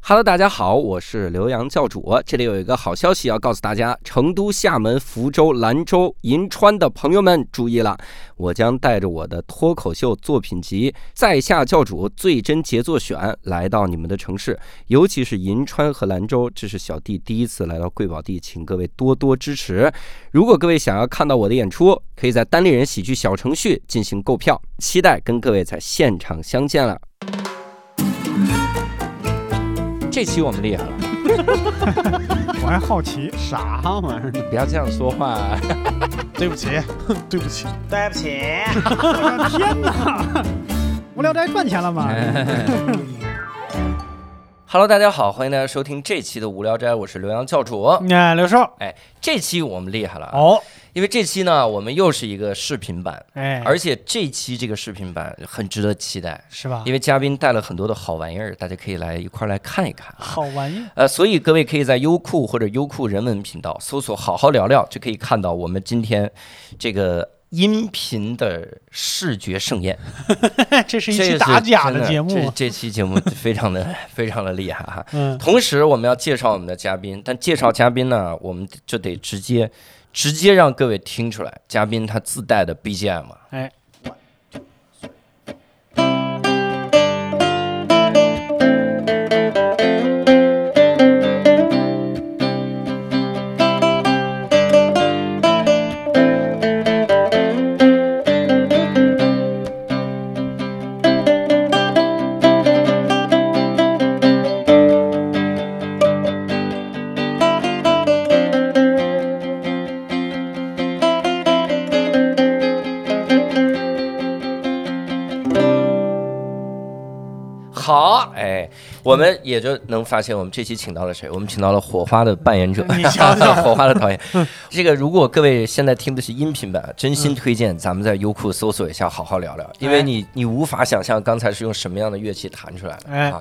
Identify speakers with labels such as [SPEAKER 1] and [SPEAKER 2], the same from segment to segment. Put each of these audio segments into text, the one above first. [SPEAKER 1] Hello，大家好，我是刘洋教主。这里有一个好消息要告诉大家：成都、厦门、福州、兰州、银川的朋友们注意了，我将带着我的脱口秀作品集《在下教主最真杰作选》来到你们的城市，尤其是银川和兰州，这是小弟第一次来到贵宝地，请各位多多支持。如果各位想要看到我的演出，可以在单立人喜剧小程序进行购票，期待跟各位在现场相见了。这期我们厉害了。
[SPEAKER 2] 我还好奇，
[SPEAKER 3] 啥玩意儿？
[SPEAKER 1] 不要这样说话。啊
[SPEAKER 3] 对 不起，对不起，
[SPEAKER 4] 对不起，
[SPEAKER 2] 哎天 哪！无聊斋赚钱了吗？
[SPEAKER 1] 哎 Hello，大家好，欢迎大家收听这期的《无聊斋》，我是刘洋教主。
[SPEAKER 2] 哎，刘寿，
[SPEAKER 1] 哎，这期我们厉害了啊，
[SPEAKER 2] 哦，
[SPEAKER 1] 因为这期呢，我们又是一个视频版，
[SPEAKER 2] 哎，
[SPEAKER 1] 而且这期这个视频版很值得期待，
[SPEAKER 2] 是吧
[SPEAKER 1] 因？为嘉宾带了很多的好玩意儿，大家可以来一块儿来看一看啊。
[SPEAKER 2] 好玩意儿，
[SPEAKER 1] 呃，所以各位可以在优酷或者优酷人文频道搜索“好好聊聊”，就可以看到我们今天这个音频的视觉盛宴。
[SPEAKER 2] 哎这是一
[SPEAKER 1] 哎这
[SPEAKER 2] 期
[SPEAKER 1] 是
[SPEAKER 2] 打假
[SPEAKER 1] 真的
[SPEAKER 2] 节目，啊
[SPEAKER 1] 这这期节目 非常的非常的厉害哈。
[SPEAKER 2] 嗯，
[SPEAKER 1] 同时，我们要介绍我们的嘉宾，但介绍嘉宾呢，我们就得直接直接让各位听出来，嘉宾他自带的 BGM 啊。
[SPEAKER 2] 哎，
[SPEAKER 1] 好，哎，我们也就能发现，我们这期请到了谁？我们请到了火花的扮演者，
[SPEAKER 2] 你瞧瞧
[SPEAKER 1] 火花的导演。这个如果各位现在听的是音频版，真心推荐咱们在优酷搜索一下，好好聊聊，
[SPEAKER 2] 哎
[SPEAKER 1] 因为你你无法想象刚才是用什么样的乐器弹出来的
[SPEAKER 2] 哎
[SPEAKER 1] 啊。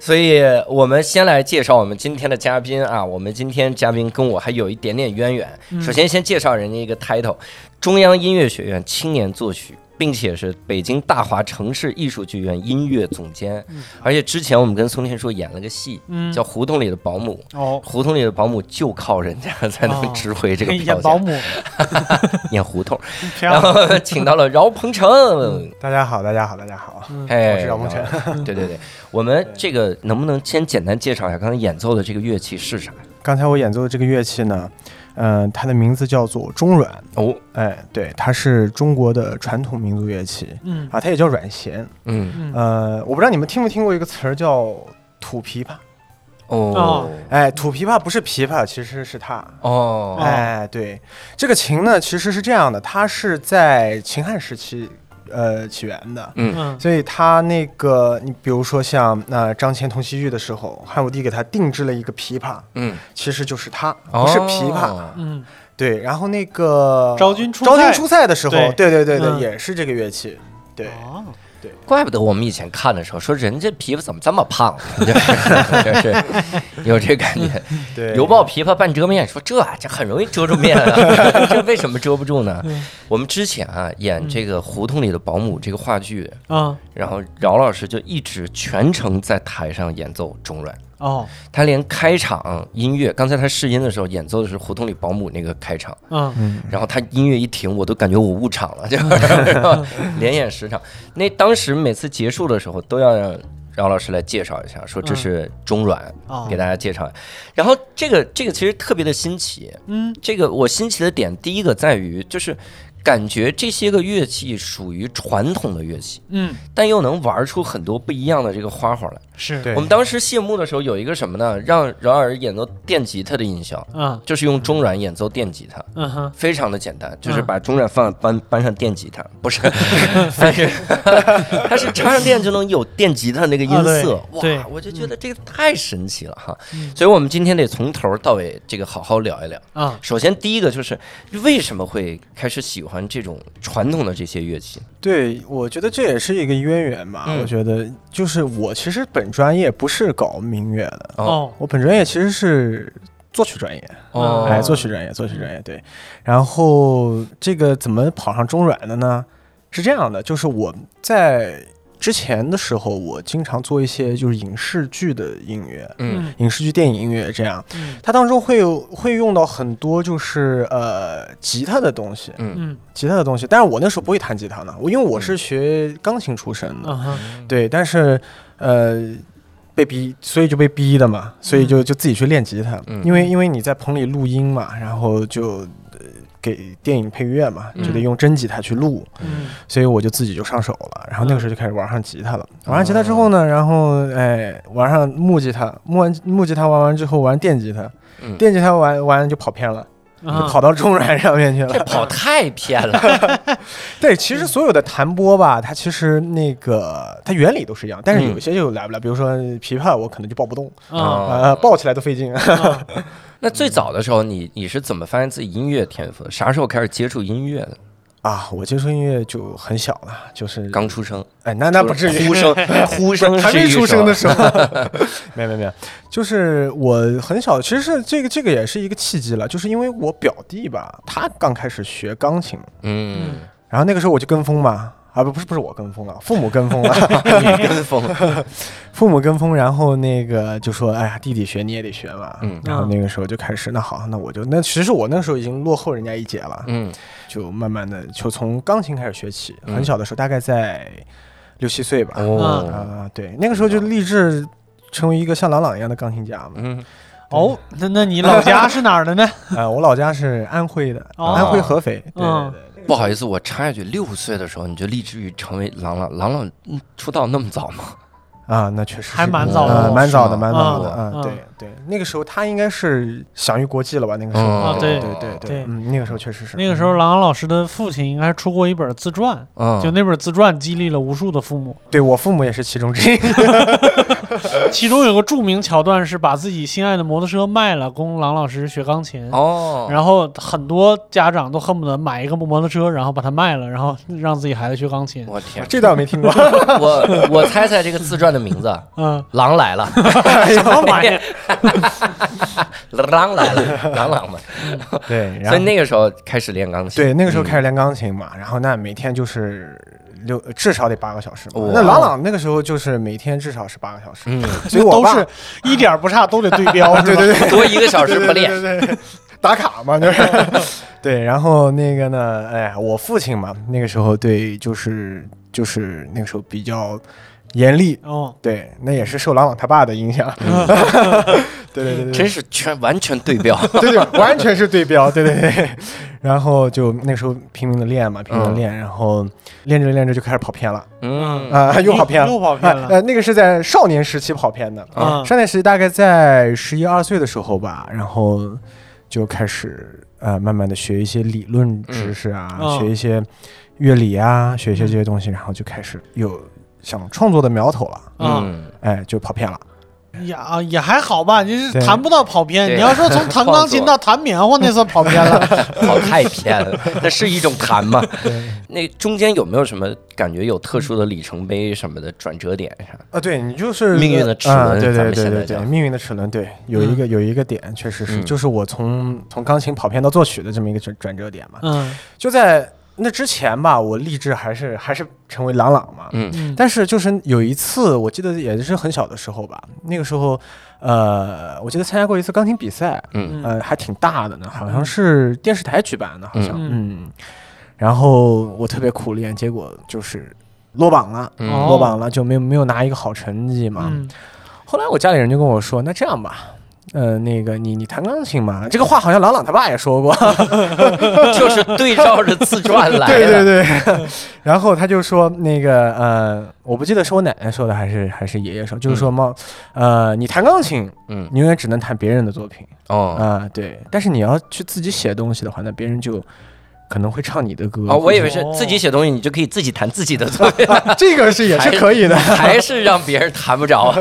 [SPEAKER 1] 所以我们先来介绍我们今天的嘉宾啊，我们今天嘉宾跟我还有一点点渊源。首先先介绍人家一个 title，中央音乐学院青年作曲。并且是北京大华城市艺术剧院音乐总监，而且之前我们跟宋天硕演了个戏，
[SPEAKER 2] 嗯
[SPEAKER 1] 叫《胡同里的保姆》。
[SPEAKER 2] 哦，
[SPEAKER 1] 胡同里的保姆就靠人家才能值回这个票价，
[SPEAKER 2] 演保姆，哎
[SPEAKER 1] 演胡同。
[SPEAKER 2] 挺
[SPEAKER 1] 然
[SPEAKER 2] 好，
[SPEAKER 1] 后请到了饶鹏程，
[SPEAKER 3] 大家好，大家好，大家好，
[SPEAKER 1] 哎，
[SPEAKER 3] 我是饶鹏程
[SPEAKER 1] 程。对对对，我们这个能不能先简单介绍一下刚才演奏的这个乐器是啥？
[SPEAKER 3] 刚才我演奏的这个乐器呢，嗯、它的名字叫做中阮，
[SPEAKER 1] 哦，
[SPEAKER 3] 哎，对，它是中国的传统民族乐器
[SPEAKER 2] 嗯
[SPEAKER 3] 啊，它也叫阮弦。
[SPEAKER 1] 嗯，
[SPEAKER 3] 呃，我不知道你们听没听过一个词儿叫土琵琶，
[SPEAKER 1] 哦，
[SPEAKER 3] 哎，土琵琶不是琵琶，其实是它。
[SPEAKER 1] 哦，
[SPEAKER 3] 哎，对，这个琴呢，其实是这样的，它是在秦汉时期，呃，起源的。
[SPEAKER 1] 嗯，
[SPEAKER 2] 嗯，
[SPEAKER 3] 所以他那个，你比如说像那、呃张骞通西域的时候，汉武帝给他定制了一个琵琶，
[SPEAKER 1] 嗯，
[SPEAKER 3] 其实就是它，不是琵琶。
[SPEAKER 1] 哦，
[SPEAKER 2] 嗯，
[SPEAKER 3] 对，然后那个
[SPEAKER 2] 昭君出塞
[SPEAKER 3] 昭君出塞的时候，
[SPEAKER 2] 对
[SPEAKER 3] 对对对对，
[SPEAKER 2] 嗯
[SPEAKER 3] 也是这个乐器。对，
[SPEAKER 2] 哦，
[SPEAKER 1] 怪不得我们以前看的时候说人家琵琶怎么这么胖，啊 就是就是有这感觉。
[SPEAKER 3] 对，
[SPEAKER 1] 犹抱琵琶半遮面，说这这很容易遮住面 啊，这为什么遮不住呢？我们之前啊演这个《胡同里的保姆》这个话剧，
[SPEAKER 2] 啊，
[SPEAKER 1] 然后饶老师就一直全程在台上演奏中阮，
[SPEAKER 2] 哦，
[SPEAKER 1] 他连开场音乐，刚才他试音的时候演奏的是《胡同里保姆》那个开场，
[SPEAKER 2] 嗯，
[SPEAKER 1] 然后他音乐一停，我都感觉我误场了，就是然后连演十场。那当时每次结束的时候都要让饶老师来介绍一下，说这是中阮，
[SPEAKER 2] 哦
[SPEAKER 1] 给大家介绍。然后这个这个其实特别的新奇，
[SPEAKER 2] 嗯，
[SPEAKER 1] 这个我新奇的点第一个在于就是。感觉这些个乐器属于传统的乐器，
[SPEAKER 2] 嗯，
[SPEAKER 1] 但又能玩出很多不一样的这个花花来。
[SPEAKER 2] 是，
[SPEAKER 3] 对
[SPEAKER 1] 我们当时谢幕的时候有一个什么呢？让饶老师演奏电吉他的音效，
[SPEAKER 2] 嗯，
[SPEAKER 1] 就是用中阮演奏电吉他。
[SPEAKER 2] 嗯哼，
[SPEAKER 1] 非常的简单，就是
[SPEAKER 2] 嗯
[SPEAKER 1] 把中阮放搬搬上电吉他，不 是，但是它是插上电就能有电吉他那个音色
[SPEAKER 2] 啊，对嗯
[SPEAKER 1] 哇
[SPEAKER 2] 对，
[SPEAKER 1] 我就觉得这个太神奇了哈，所以我们今天得从头到尾这个好好聊一聊。
[SPEAKER 2] 啊，
[SPEAKER 1] 首先第一个就是为什么会开始喜欢这种传统的这些乐器？
[SPEAKER 3] 对，我觉得这也是一个渊源吧。
[SPEAKER 1] 嗯
[SPEAKER 3] 我觉得就是我其实本专业不是搞民乐的，
[SPEAKER 2] 哦，
[SPEAKER 3] 我本专业其实是作曲专业。
[SPEAKER 1] 哦，
[SPEAKER 3] 哎，作曲专业，作曲专业对。然后这个怎么跑上中软的呢？是这样的，就是我在之前的时候，我经常做一些就是影视剧的音乐，
[SPEAKER 5] 嗯，
[SPEAKER 3] 影视剧、电影音乐这样，
[SPEAKER 2] 嗯
[SPEAKER 3] 它当中会有会用到很多就是呃吉他的东西，
[SPEAKER 5] 嗯
[SPEAKER 2] 嗯
[SPEAKER 3] 吉他的东西。但是我那时候不会弹吉他呢，我因为我是学钢琴出身的，
[SPEAKER 2] 啊
[SPEAKER 1] 嗯
[SPEAKER 2] 哈，
[SPEAKER 3] 对，但是呃被逼，所以就被逼的嘛，所以就就自己去练吉他，
[SPEAKER 5] 嗯
[SPEAKER 3] 因为因为你在棚里录音嘛，然后就。呃给电影配乐嘛，就得
[SPEAKER 2] 嗯
[SPEAKER 3] 用真吉他去录，
[SPEAKER 2] 嗯
[SPEAKER 3] 所以我就自己就上手了。然后那个时候就开始玩上吉他了。玩上吉他之后呢，然后哎，玩上木吉他，木完木吉他玩完之后玩电吉他，
[SPEAKER 5] 嗯
[SPEAKER 3] 电吉他玩完就跑偏了，
[SPEAKER 2] 啊，
[SPEAKER 3] 跑到中阮上面去
[SPEAKER 1] 这
[SPEAKER 3] 了。
[SPEAKER 1] 跑太偏了，
[SPEAKER 3] 对，其实所有的弹拨吧，它其实那个它原理都是一样，但是有一些就来不了，比如说琵琶，我可能就抱不动，
[SPEAKER 2] 啊
[SPEAKER 3] 呃，抱起来都费劲。
[SPEAKER 2] 啊，
[SPEAKER 1] 那最早的时候，你你是怎么发现自己音乐天赋的？啥时候开始接触音乐的？
[SPEAKER 3] 啊，我接触音乐就很小了，就是
[SPEAKER 1] 刚出生，
[SPEAKER 3] 哎，那那不至于
[SPEAKER 1] 呼，声， 呼声
[SPEAKER 3] 还
[SPEAKER 1] 是
[SPEAKER 3] 没
[SPEAKER 1] 一
[SPEAKER 3] 出
[SPEAKER 1] 首
[SPEAKER 3] 生的时候， 没有没有没有，就是我很小，其实是这个这个也是一个契机了，就是因为我表弟吧，他刚开始学钢琴，
[SPEAKER 1] 嗯，
[SPEAKER 3] 然后那个时候我就跟风嘛，啊不不是不是我跟风了，父母跟风了，
[SPEAKER 1] 你跟风，
[SPEAKER 3] 父母跟风，然后那个就说：“哎呀，弟弟学你也得学嘛。”
[SPEAKER 1] 嗯
[SPEAKER 3] 然后那个时候就开始，那好，那我就那其实我那时候已经落后人家一截 了，
[SPEAKER 1] 嗯
[SPEAKER 3] 就慢慢的就从钢琴开始学起，
[SPEAKER 1] 嗯
[SPEAKER 3] 很小的时候，大概在六七岁吧。啊、
[SPEAKER 1] 哦，
[SPEAKER 3] 对，那个时候就立志成为一个像朗朗一样的钢琴家嘛。
[SPEAKER 1] 嗯
[SPEAKER 2] 哦，那那你老家是哪儿的呢？
[SPEAKER 3] 呃，我老家是安徽的，
[SPEAKER 2] 哦
[SPEAKER 3] 安徽合肥。对
[SPEAKER 2] 嗯
[SPEAKER 3] 对对对。
[SPEAKER 1] 不好意思，我插一句，六岁的时候你就立志于成为朗朗，朗朗嗯出道那么早吗？
[SPEAKER 3] 啊，那确实是
[SPEAKER 2] 还蛮早的
[SPEAKER 3] 呃
[SPEAKER 2] 哦
[SPEAKER 3] 蛮早
[SPEAKER 1] 是
[SPEAKER 3] 的，
[SPEAKER 1] 吗
[SPEAKER 3] 蛮早的
[SPEAKER 2] 嗯
[SPEAKER 3] 啊。对对，那个时候他应该是享誉国际了吧？那个时
[SPEAKER 1] 嗯
[SPEAKER 3] 候
[SPEAKER 1] 啊，
[SPEAKER 3] 对
[SPEAKER 2] 哦对
[SPEAKER 3] 对
[SPEAKER 2] 对
[SPEAKER 3] 对，嗯，那个时候确实 是
[SPEAKER 2] 那个时候，郎朗老师的父亲应该出过一本自传，
[SPEAKER 1] 嗯，
[SPEAKER 2] 就那本自传激励了无数的父母。
[SPEAKER 3] 对我父母也是其中之一。
[SPEAKER 2] 其中有个著名桥段是把自己心爱的摩托车卖了，供郎老师学钢琴。
[SPEAKER 1] 哦，
[SPEAKER 2] 然后很多家长都恨不得买一个摩托车，然后把它卖了，然后让自己孩子学钢琴。
[SPEAKER 1] 我天，
[SPEAKER 3] 这倒 没听过，
[SPEAKER 1] 我我猜猜这个自传的 名字，《
[SPEAKER 2] 嗯，
[SPEAKER 1] 狼来了》，
[SPEAKER 3] 哎
[SPEAKER 2] 什么玩 意儿？
[SPEAKER 1] 狼来了，朗朗嘛。
[SPEAKER 3] 对，然
[SPEAKER 1] 所以
[SPEAKER 3] 后
[SPEAKER 1] 那个嗯时候开始练钢琴，
[SPEAKER 3] 对那个时候开
[SPEAKER 1] 始，
[SPEAKER 3] 始练钢琴嘛，然后那每天就是六，至少得八个小时嘛
[SPEAKER 1] 哇。
[SPEAKER 3] 那朗朗那个时候就是每天至少是八个小时，
[SPEAKER 1] 嗯，
[SPEAKER 3] 所以我
[SPEAKER 2] 都
[SPEAKER 3] 爸
[SPEAKER 2] 是一点儿不差，都得对标，是吧？
[SPEAKER 3] 对对对，
[SPEAKER 1] 多一个小时不练，
[SPEAKER 3] 对对对对打卡嘛，就是 对。然后那个呢，哎呀，我父亲嘛，那个时候对，就是就是那个时候比较严厉，
[SPEAKER 2] 哦，嗯
[SPEAKER 3] 对，那也是受郎朗他爸的影响， 对对对对
[SPEAKER 1] 真
[SPEAKER 3] 对。
[SPEAKER 1] 是全完全对标。
[SPEAKER 3] 对对，完全是对标，对对对。然后就那时候拼命的练嘛，拼命的练，然后练着练着就开始跑偏了
[SPEAKER 1] 嗯
[SPEAKER 3] 啊、又跑偏了，
[SPEAKER 2] 又跑偏
[SPEAKER 3] 啊
[SPEAKER 2] 了
[SPEAKER 3] 呃，那个是在少年时期跑偏的，
[SPEAKER 2] 啊
[SPEAKER 1] 嗯
[SPEAKER 3] 上年时期大概在十一二岁的时候吧，然后就开始呃慢慢的学一些理论知识啊，
[SPEAKER 2] 嗯
[SPEAKER 3] 学一些乐理啊，学一些这些东西，然后就开始有想创作的苗头了，
[SPEAKER 1] 嗯
[SPEAKER 2] 啊，
[SPEAKER 1] 嗯，
[SPEAKER 3] 哎，就跑偏了。
[SPEAKER 2] 也啊也还好吧，你是
[SPEAKER 3] 对
[SPEAKER 2] 谈不到跑偏。
[SPEAKER 1] 对
[SPEAKER 2] 你要说从弹钢琴到弹棉花，那算跑偏了。
[SPEAKER 1] 跑太偏了，那是一种弹吗？
[SPEAKER 3] 对
[SPEAKER 1] 那中间有没有什么感觉有特殊的里程碑什么的转折点啥？
[SPEAKER 3] 啊，对你就是
[SPEAKER 1] 命运的齿轮
[SPEAKER 3] 啊对
[SPEAKER 1] 咱
[SPEAKER 3] 对
[SPEAKER 1] 们
[SPEAKER 3] 对
[SPEAKER 1] 现在
[SPEAKER 3] 对对，
[SPEAKER 1] 讲
[SPEAKER 3] 命运的齿轮，对，有一个有一个点，确实是，
[SPEAKER 1] 嗯
[SPEAKER 3] 就是我从从钢琴跑偏到作曲的这么一个转转折点嘛，
[SPEAKER 2] 嗯
[SPEAKER 3] 就在那之前吧，我立志还是还是成为朗朗嘛，
[SPEAKER 1] 嗯
[SPEAKER 2] 嗯
[SPEAKER 3] 但是就是有一次，我记得也是很小的时候吧，那个时候，呃，我记得参加过一次钢琴比赛，
[SPEAKER 1] 嗯
[SPEAKER 3] 呃，还挺大的呢，好像是电视台举办的，好像，
[SPEAKER 2] 嗯
[SPEAKER 3] 嗯。然后我特别苦练，结果就是落榜了，
[SPEAKER 1] 嗯
[SPEAKER 2] 哦
[SPEAKER 3] 落榜了就没有没有拿一个好成绩嘛。
[SPEAKER 2] 嗯
[SPEAKER 3] 后来我家里人就跟我说，那这样吧。呃，那个你你弹钢琴嘛？这个话好像朗朗他爸也说过，
[SPEAKER 1] 就是对照着自传来的。
[SPEAKER 3] 对对对。 然后他就说那个呃，我不记得是我奶奶说的还是还是爷爷说，就是说猫，呃，你弹钢琴，
[SPEAKER 1] 嗯
[SPEAKER 3] 你永远只能弹别人的作品啊、
[SPEAKER 1] 哦
[SPEAKER 3] 对。但是你要去自己写东西的话，那别人就可能会唱你的歌。
[SPEAKER 1] 哦，我以
[SPEAKER 3] 或
[SPEAKER 1] 为
[SPEAKER 3] 者
[SPEAKER 1] 是自己写东西，你就可以自己弹自己的作品，
[SPEAKER 3] 这个是也是可以的。
[SPEAKER 1] 还是让别人弹不着？
[SPEAKER 3] 哦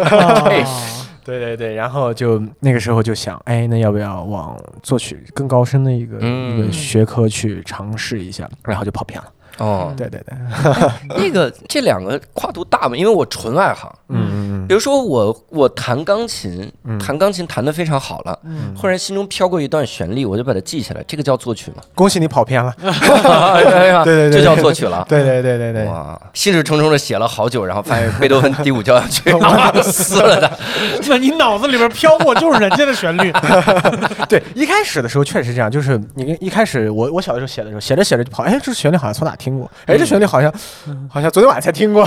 [SPEAKER 1] 对
[SPEAKER 2] 啊
[SPEAKER 3] 对对对，然后就那个时候就想，哎，那要不要往作曲更高深的一个、
[SPEAKER 1] 嗯
[SPEAKER 3] 一个学科去尝试一下？然后就跑偏了。
[SPEAKER 1] 哦，
[SPEAKER 3] 对对对，
[SPEAKER 1] 那个这两个跨度大嘛，因为我纯外行。
[SPEAKER 3] 嗯嗯
[SPEAKER 1] 比如说我我弹钢琴，
[SPEAKER 3] 嗯
[SPEAKER 1] 弹钢琴弹得非常好了，
[SPEAKER 2] 嗯
[SPEAKER 1] 忽然心中飘过一段旋律，我就把它记下来，这个叫作曲 嘛，
[SPEAKER 3] 恭喜你跑偏了，
[SPEAKER 1] 嗯哎呀
[SPEAKER 3] 对对对
[SPEAKER 1] 这叫作曲了。啊
[SPEAKER 3] 对对对对对，
[SPEAKER 1] 哇，兴致冲冲的写了好久，然后发现贝多芬第五交响 曲撕了的，
[SPEAKER 2] 那你脑子里边飘过就是人家的旋律，
[SPEAKER 3] 对，一开始的时候确实这样，就是你一开始我我小的时候写的时候，写着写着就跑，哎，这旋律好像从哪听过，哎，这旋律好像好像昨天晚上才听过，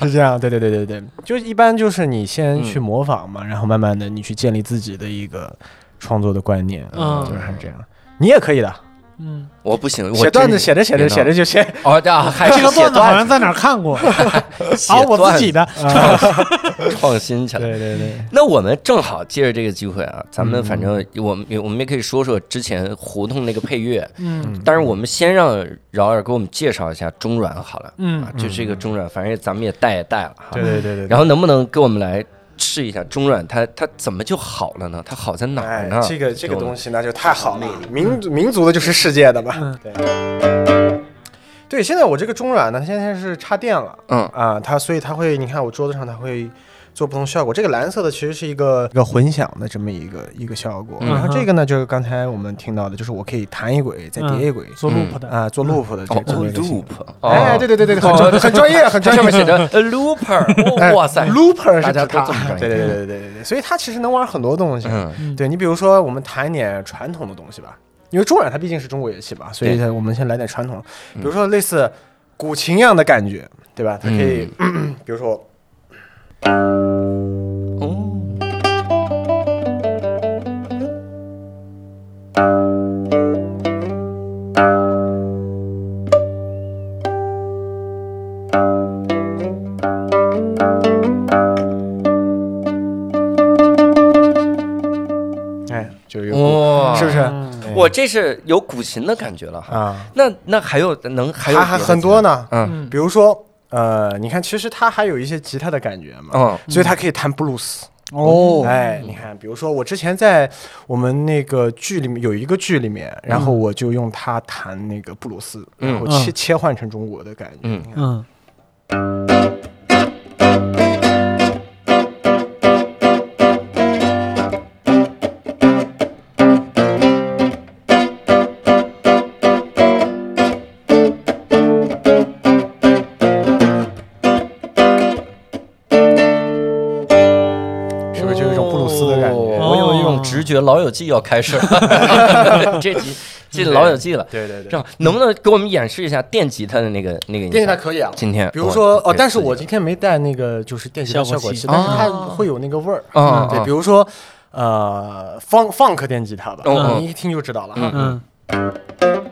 [SPEAKER 3] 是这样，对对对对对，就一般就是你先去模仿嘛，然后慢慢的你去建立自己的一个创作的观念，
[SPEAKER 2] 嗯
[SPEAKER 3] 就是这样。你也可以的，
[SPEAKER 2] 嗯，
[SPEAKER 1] 我不行，我
[SPEAKER 3] 写段子写着写着
[SPEAKER 1] 别闹
[SPEAKER 3] 写着就写，
[SPEAKER 1] 哦，这啊还是
[SPEAKER 2] 这个
[SPEAKER 1] 写
[SPEAKER 2] 段子好
[SPEAKER 1] 段
[SPEAKER 2] 像在哪儿看过，啊，
[SPEAKER 1] 写
[SPEAKER 2] 我自己的，
[SPEAKER 1] 子创 新起来。
[SPEAKER 3] 啊对对对，
[SPEAKER 1] 那我们正好借着这个机会啊，咱们反正
[SPEAKER 3] 嗯
[SPEAKER 1] 我们我们也可以说说之前胡同那个配乐，
[SPEAKER 2] 嗯
[SPEAKER 1] 但是我们先让饶二给我们介绍一下中软好了，
[SPEAKER 2] 嗯
[SPEAKER 1] 啊，就是一个中软，反正咱们也带也带了哈
[SPEAKER 3] 对。对对对。
[SPEAKER 1] 然后能不能给我们来试一下中软它它怎么就好了呢？它好在哪儿
[SPEAKER 3] 哎
[SPEAKER 1] 呢？，
[SPEAKER 3] 这个这
[SPEAKER 1] 给
[SPEAKER 3] 个
[SPEAKER 1] 我们
[SPEAKER 3] 东西那就太好了，民族民族的就是世界的嘛。
[SPEAKER 2] 嗯
[SPEAKER 3] 对，对，现在我这个中软呢，它现在是插电了，
[SPEAKER 1] 嗯
[SPEAKER 3] 啊、它所以它会，你看我桌子上它会。做不同效果，这个蓝色的其实是一个一个混响的这么一个一个效果，
[SPEAKER 1] 嗯
[SPEAKER 3] 然后这个呢就是刚才我们听到的，就是我可以弹一轨再叠一轨
[SPEAKER 2] 嗯做嗯 loop 的，
[SPEAKER 3] 啊、做 loop 的这
[SPEAKER 1] 哦
[SPEAKER 3] 这么一个形
[SPEAKER 1] loop，
[SPEAKER 3] 式。
[SPEAKER 1] 哦
[SPEAKER 3] 哎，对对对对，很
[SPEAKER 1] 哦
[SPEAKER 3] 专很专业，很
[SPEAKER 1] 它
[SPEAKER 3] 专业
[SPEAKER 1] 上。面写着呃 looper，
[SPEAKER 3] 哎
[SPEAKER 1] 哇塞，
[SPEAKER 3] ，looper 是
[SPEAKER 1] 大家都
[SPEAKER 3] 它
[SPEAKER 1] 这么专业
[SPEAKER 3] 对对对对对对对，所以它其实能玩很多东西。
[SPEAKER 1] 嗯，
[SPEAKER 2] 嗯
[SPEAKER 3] 对你比如说，我们谈一点传统的东西吧，因为中阮它毕竟是中国乐器吧，所以它我们先来点传统，
[SPEAKER 1] 嗯
[SPEAKER 3] 比如说类似古琴一样的感觉，对吧？它可以，
[SPEAKER 1] 嗯
[SPEAKER 3] 比如说，
[SPEAKER 1] 哦，
[SPEAKER 3] 哎，就是有古，
[SPEAKER 1] 哇，
[SPEAKER 3] 是不是？
[SPEAKER 2] 嗯
[SPEAKER 3] 哎
[SPEAKER 1] 我这是有古琴的感觉了哈。
[SPEAKER 3] 啊，
[SPEAKER 1] 那那还有能还
[SPEAKER 3] 还
[SPEAKER 1] 有
[SPEAKER 3] 还
[SPEAKER 1] 别的
[SPEAKER 3] 很多
[SPEAKER 1] 呢？
[SPEAKER 3] 呢，
[SPEAKER 1] 嗯
[SPEAKER 3] 比如说，呃，你看，其实它还有一些吉他的感觉嘛，
[SPEAKER 1] 嗯
[SPEAKER 3] 所以它可以弹布鲁斯。
[SPEAKER 2] 哦
[SPEAKER 3] 哎，你看，比如说我之前在我们那个剧里面有一个剧里面，然后我就用它弹那个布鲁斯，
[SPEAKER 1] 嗯
[SPEAKER 3] 然后切切换成中国的感觉。
[SPEAKER 1] 嗯
[SPEAKER 2] 嗯
[SPEAKER 3] 是不是就有一种布鲁斯的感觉
[SPEAKER 1] 哦我有一种直觉，《老友记》要开始 了，这集进《老友记》了。
[SPEAKER 3] 对对对
[SPEAKER 1] 这样能不能给我们演示一下电吉他的那个那个音
[SPEAKER 3] 电吉他
[SPEAKER 1] 响？
[SPEAKER 3] 可以啊。
[SPEAKER 1] 今天
[SPEAKER 3] 比如说
[SPEAKER 1] 我
[SPEAKER 3] 哦，但是我今天没带那个就是电吉他
[SPEAKER 2] 效
[SPEAKER 3] 效果
[SPEAKER 2] 果
[SPEAKER 3] 器
[SPEAKER 2] 器，
[SPEAKER 3] 但是它
[SPEAKER 1] 哦
[SPEAKER 3] 会有那个味儿。嗯
[SPEAKER 1] 啊
[SPEAKER 3] 对，
[SPEAKER 1] 啊
[SPEAKER 3] 比如说呃，funk funk 电吉他吧
[SPEAKER 1] 嗯嗯，
[SPEAKER 3] 你一听就知道了
[SPEAKER 1] 嗯
[SPEAKER 3] 哈。
[SPEAKER 2] 嗯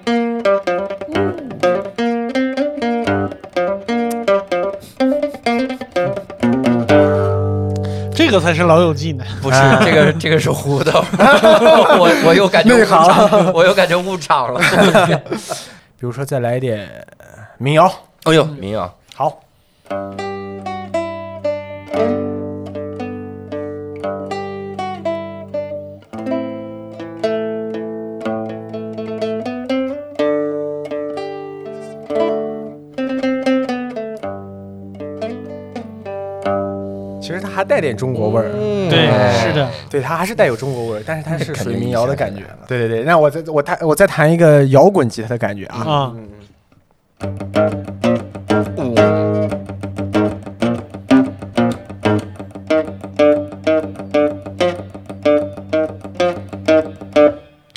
[SPEAKER 2] 嗯，这个才是老友记呢，
[SPEAKER 1] 不是
[SPEAKER 3] 哎
[SPEAKER 1] 这个这个是胡 的，我我又感觉
[SPEAKER 3] 内
[SPEAKER 1] 误场，我又感觉误场了。
[SPEAKER 3] 比如说再来一点呃民谣，
[SPEAKER 1] 哎呦，民谣，
[SPEAKER 3] 好，其实它还带点中国味儿，
[SPEAKER 2] 对，
[SPEAKER 1] 哎
[SPEAKER 2] 是的，
[SPEAKER 3] 对，它还是带有中国味儿，但是它 是
[SPEAKER 1] 肯
[SPEAKER 3] 属于
[SPEAKER 1] 定
[SPEAKER 3] 民
[SPEAKER 1] 一
[SPEAKER 3] 谣
[SPEAKER 1] 下
[SPEAKER 3] 的
[SPEAKER 1] 就
[SPEAKER 3] 感
[SPEAKER 1] 来
[SPEAKER 3] 觉
[SPEAKER 1] 了。
[SPEAKER 3] 对对对，让我再我弹我再弹一个摇滚吉他的感觉啊，
[SPEAKER 2] 啊，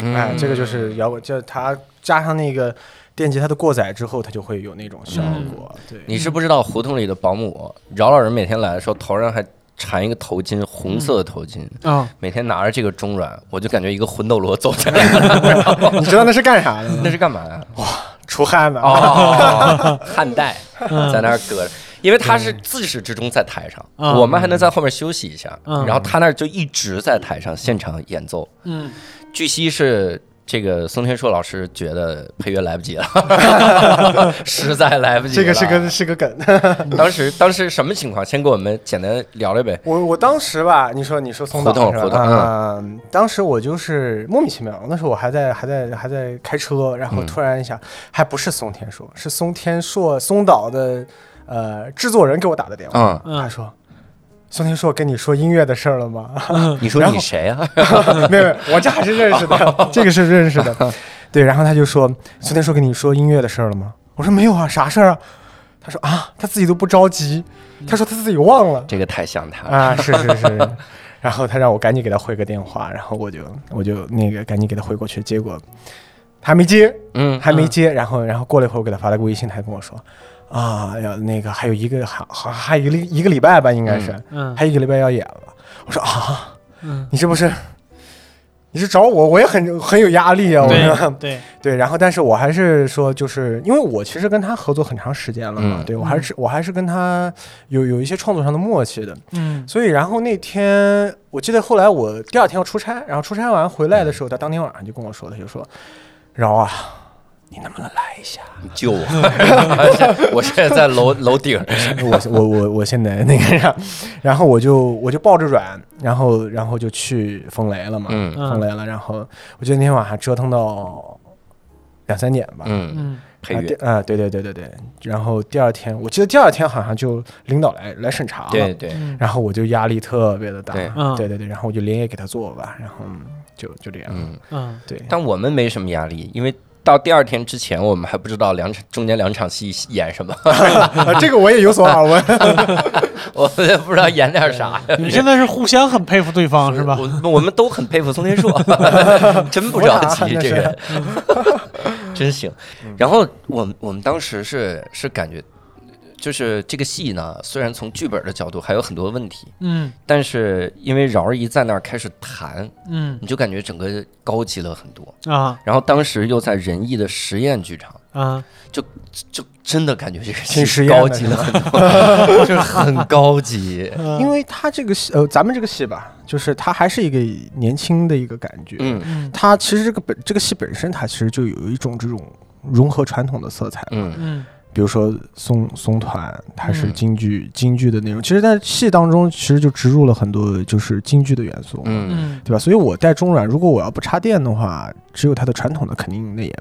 [SPEAKER 3] 哎，这个就是摇滚，就是它加上那个电吉他的过载之后，它就会有那种效果。对，
[SPEAKER 1] 你是不知道胡同里的保姆饶老人每天来的时候，头上还缠一个头巾，红色的
[SPEAKER 3] 嗯
[SPEAKER 1] 头巾，
[SPEAKER 2] 啊，
[SPEAKER 1] 每天拿着这个中软，我就感觉一个魂斗罗走 进来了。
[SPEAKER 3] 哦你知道那是干啥的吗？
[SPEAKER 1] 那是干嘛呀？
[SPEAKER 3] 出汗的。
[SPEAKER 1] 哦，汉代
[SPEAKER 3] 嗯
[SPEAKER 1] 在那儿搁着，因为他是自始至终在台上，
[SPEAKER 2] 嗯
[SPEAKER 1] 我们还能在后面休息一下，
[SPEAKER 2] 嗯
[SPEAKER 1] 然后他那儿就一直在台上现场演奏。
[SPEAKER 2] 嗯
[SPEAKER 1] 据悉是这个松田硕老师觉得配乐来不及了， 实在来不及
[SPEAKER 3] 这
[SPEAKER 1] 了。
[SPEAKER 3] 个是个是个梗。
[SPEAKER 1] 当时当时什么情况？先给我们简单聊聊呗。
[SPEAKER 3] 我我当时吧，你说你说松岛
[SPEAKER 1] 胡同
[SPEAKER 3] 是吧
[SPEAKER 1] 胡同
[SPEAKER 3] 嗯，当时我就是莫名其妙，那时候我还在还在还在开车，然后
[SPEAKER 1] 嗯
[SPEAKER 3] 突然一下，还不是松田硕，是松田硕松岛的呃制作人给我打的电话，
[SPEAKER 1] 嗯，
[SPEAKER 2] 嗯
[SPEAKER 3] 他说。松田硕跟你说音乐的事儿了吗？
[SPEAKER 1] 你说
[SPEAKER 3] 然
[SPEAKER 1] 你
[SPEAKER 3] 后
[SPEAKER 1] 谁啊？
[SPEAKER 3] 没有，没有我这还是认 识的，这个是认识的。对，然后他就说，松田硕跟你说音乐的事儿了吗？我说没有啊，啥事儿啊？他说啊，他自己都不着急，他说他自己忘了。
[SPEAKER 1] 这个太像他了。
[SPEAKER 3] 啊，是是 是。然后他让我赶紧给他回个电话，然后我就我就那个赶紧给他回过去，结果他还没接，
[SPEAKER 1] 嗯，
[SPEAKER 3] 还没
[SPEAKER 2] 嗯
[SPEAKER 3] 接。然后然后过了一会儿，我给他发了个微信，他还跟我说啊，要那个还有一个还还还有一个礼一个礼拜吧，应该是、
[SPEAKER 2] 嗯
[SPEAKER 3] 还有一个礼拜要演了。我说啊，
[SPEAKER 2] 嗯，
[SPEAKER 3] 你这不是你是找我，我也很很有压力啊。我说
[SPEAKER 2] 对对，
[SPEAKER 3] 对，然后但是我还是说，就是因为我其实跟他合作很长时间了嘛，
[SPEAKER 1] 嗯
[SPEAKER 3] 对我还是我还是跟他有有一些创作上的默契的。
[SPEAKER 2] 嗯
[SPEAKER 3] 所以，然后那天我记得后来我第二天要出差，然后出差完回来的时候，他当天晚上就跟我说，他就说：“饶啊，你能不能来一下
[SPEAKER 1] 你嗯救我！我现在在楼楼顶。？”
[SPEAKER 3] 我我我我现 在那个啥， 然后我就我就抱着软，然后然后就去风雷了嘛，
[SPEAKER 1] 嗯
[SPEAKER 3] 风雷
[SPEAKER 2] 嗯
[SPEAKER 3] 了，然后我记得那天晚上折腾到两三点吧。
[SPEAKER 1] 嗯，
[SPEAKER 2] 嗯
[SPEAKER 1] 配
[SPEAKER 3] 啊
[SPEAKER 1] 乐
[SPEAKER 3] 第。啊，对对对对对，然后第二天，我记得第二天好像就领导来来审查了，
[SPEAKER 1] 对对，
[SPEAKER 2] 嗯
[SPEAKER 3] 然后我就压力特别的大，
[SPEAKER 1] 对
[SPEAKER 2] 嗯
[SPEAKER 3] 对对对，然后我就连夜给他做吧，然后嗯就就这样，
[SPEAKER 1] 嗯，
[SPEAKER 2] 嗯
[SPEAKER 3] 对，
[SPEAKER 1] 但我们没什么压力，因为到第二天之前，我们还不知道两场中间两场戏演什么，
[SPEAKER 3] 啊这个我也有所耳闻，
[SPEAKER 1] 我们也不知道演点啥。
[SPEAKER 2] 你们现在是互相很佩服对方是吧？
[SPEAKER 1] 我我们都很佩服松田硕， 真不着急，这人 真行。然后我们我们当时是是感觉，就是这个戏呢，虽然从剧本的角度还有很多问题，
[SPEAKER 2] 嗯
[SPEAKER 1] 但是因为饶儿一在那儿开始谈，
[SPEAKER 2] 嗯
[SPEAKER 1] 你就感觉整个高级了很多。
[SPEAKER 2] 啊
[SPEAKER 1] 然后当时又在仁义的实验剧场，
[SPEAKER 2] 啊
[SPEAKER 1] 就真的感觉这个
[SPEAKER 3] 挺实
[SPEAKER 1] 戏
[SPEAKER 3] 验的
[SPEAKER 1] 高级了很 多，就是很高级。
[SPEAKER 2] 嗯
[SPEAKER 3] 因为他这个戏，呃，咱们这个戏吧，就是他还是一个年轻的一个感觉，
[SPEAKER 1] 嗯
[SPEAKER 2] 嗯
[SPEAKER 3] 他其实这个本这个戏本身，它其实就有一种这种融合传统的色彩，
[SPEAKER 1] 嗯
[SPEAKER 2] 嗯
[SPEAKER 3] 比如说松松团，它是
[SPEAKER 1] 嗯
[SPEAKER 3] 京剧京剧的那种，其实，在戏当中其实就植入了很多就是京剧的元素，
[SPEAKER 1] 嗯
[SPEAKER 2] 嗯
[SPEAKER 3] 对吧？所以我带中软，如果我要不插电的话，只有它的传统的，肯定那也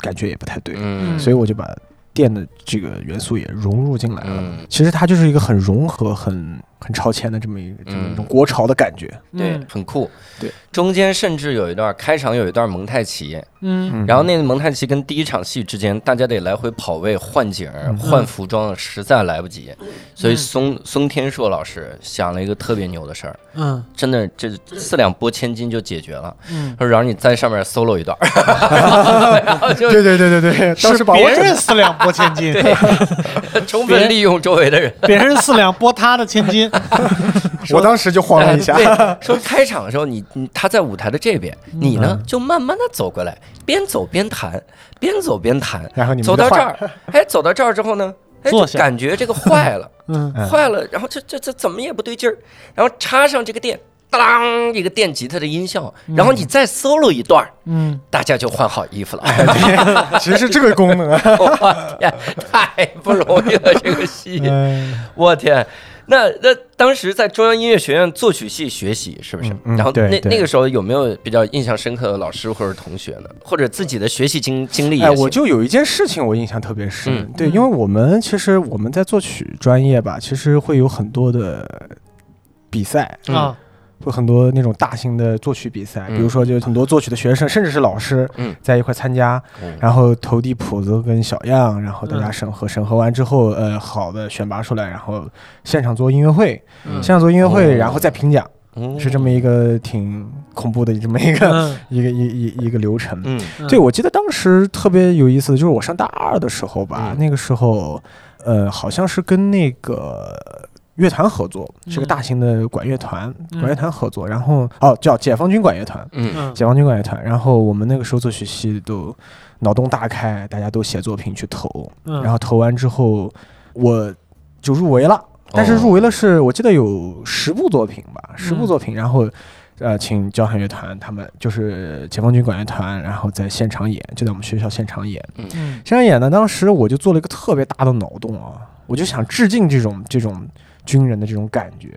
[SPEAKER 3] 感觉也不太对。
[SPEAKER 1] 嗯
[SPEAKER 3] 所以我就把电的这个元素也融入进来了。
[SPEAKER 1] 嗯
[SPEAKER 3] 其实它就是一个很融合、很很超前的这么一个这么一种
[SPEAKER 1] 嗯
[SPEAKER 3] 国潮的感觉。
[SPEAKER 1] 对
[SPEAKER 2] 嗯，
[SPEAKER 1] 很酷。
[SPEAKER 3] 对，
[SPEAKER 1] 中间甚至有一段开场有一段蒙太奇，
[SPEAKER 2] 嗯
[SPEAKER 3] 嗯
[SPEAKER 1] 然后那个蒙太奇跟第一场戏之间，大家得来回跑位、换景儿、换服装，实在来不及。所以松松天硕老师想了一个特别牛的事儿，
[SPEAKER 2] 嗯
[SPEAKER 1] 真的这四两拨千斤就解决了。
[SPEAKER 2] 嗯，
[SPEAKER 1] 说让你在上面 solo 一段儿，然后就
[SPEAKER 3] 对对对对对，当时把我
[SPEAKER 2] 别
[SPEAKER 3] 整
[SPEAKER 2] 人四两拨千斤，
[SPEAKER 1] 充分利用周围的人。
[SPEAKER 2] 别人四两拨他的千斤，
[SPEAKER 3] 我当时就慌了一下。
[SPEAKER 1] 对， 说开场的时候你，你他在舞台的这边，
[SPEAKER 3] 嗯
[SPEAKER 1] 你呢就慢慢的走过来，边走边弹，边走边弹，
[SPEAKER 3] 然后你们
[SPEAKER 1] 走
[SPEAKER 3] 就
[SPEAKER 1] 到这
[SPEAKER 3] 换
[SPEAKER 1] 儿，哎，走到这儿之后呢，哎，
[SPEAKER 2] 坐
[SPEAKER 1] 就
[SPEAKER 2] 下
[SPEAKER 1] 感觉这个坏了，
[SPEAKER 2] 嗯
[SPEAKER 3] 嗯
[SPEAKER 1] 坏了，然后这这这怎么也不对劲儿，然后插上这个电，当一个电吉他的音效，
[SPEAKER 3] 嗯
[SPEAKER 1] 然后你再 solo 一段儿，
[SPEAKER 2] 嗯
[SPEAKER 1] 大家就换好衣服了。 哎
[SPEAKER 3] 其实是这个功能啊。
[SPEAKER 1] 我 天，太不容易了，这个戏。
[SPEAKER 3] 嗯
[SPEAKER 1] 我天，那那当时在中央音乐学院作曲系学习是不是？
[SPEAKER 3] 嗯嗯
[SPEAKER 1] 然后
[SPEAKER 3] 对
[SPEAKER 1] 那
[SPEAKER 3] 对
[SPEAKER 1] 那个时候有没有比较印象深刻的老师或者同学呢？或者自己的学习经经历也
[SPEAKER 3] 哎，
[SPEAKER 1] 行？
[SPEAKER 3] 我就有一件事情我印象特别深，
[SPEAKER 1] 嗯
[SPEAKER 3] 对，因为我们其实我们在作曲专业吧，其实会有很多的比赛，
[SPEAKER 2] 啊
[SPEAKER 3] 会很多那种大型的作曲比赛，
[SPEAKER 1] 嗯
[SPEAKER 3] 比如说就很多作曲的学生，甚至是老师
[SPEAKER 1] 嗯
[SPEAKER 3] 在一块参加，
[SPEAKER 1] 嗯
[SPEAKER 3] 然后投递谱子跟小样，然后大家
[SPEAKER 2] 嗯
[SPEAKER 3] 审核，审核完之后，呃，好的选拔出来，然后现场做音乐会，
[SPEAKER 2] 嗯
[SPEAKER 3] 现场做音乐会，
[SPEAKER 1] 哦
[SPEAKER 3] 然后再评奖，
[SPEAKER 1] 嗯
[SPEAKER 3] 是这么一个挺恐怖的这么一个、
[SPEAKER 2] 嗯
[SPEAKER 3] 一个一一一个流程。
[SPEAKER 1] 嗯
[SPEAKER 2] 嗯
[SPEAKER 3] 对，我记得当时特别有意思，就是我上大二的时候吧，
[SPEAKER 1] 嗯
[SPEAKER 3] 那个时候，呃，好像是跟那个乐团合作，是个
[SPEAKER 2] 嗯
[SPEAKER 3] 大型的管乐团，
[SPEAKER 2] 嗯
[SPEAKER 3] 管乐团合作，然后哦叫解放军管乐团，
[SPEAKER 1] 嗯
[SPEAKER 2] 嗯
[SPEAKER 3] 解放军管乐团，然后我们那个时候作曲系都脑洞大开，大家都写作品去投，
[SPEAKER 2] 嗯
[SPEAKER 3] 然后投完之后我
[SPEAKER 1] 哦
[SPEAKER 3] 就入围了，但是入围了是我记得有十部作品吧，十部作品，然后呃，请交响乐团他们就是解放军管乐团，然后在现场演，就在我们学校现场演。
[SPEAKER 2] 嗯
[SPEAKER 3] 现场演呢，当时我就做了一个特别大的脑洞啊，我就想致敬这种这种军人的这种感觉。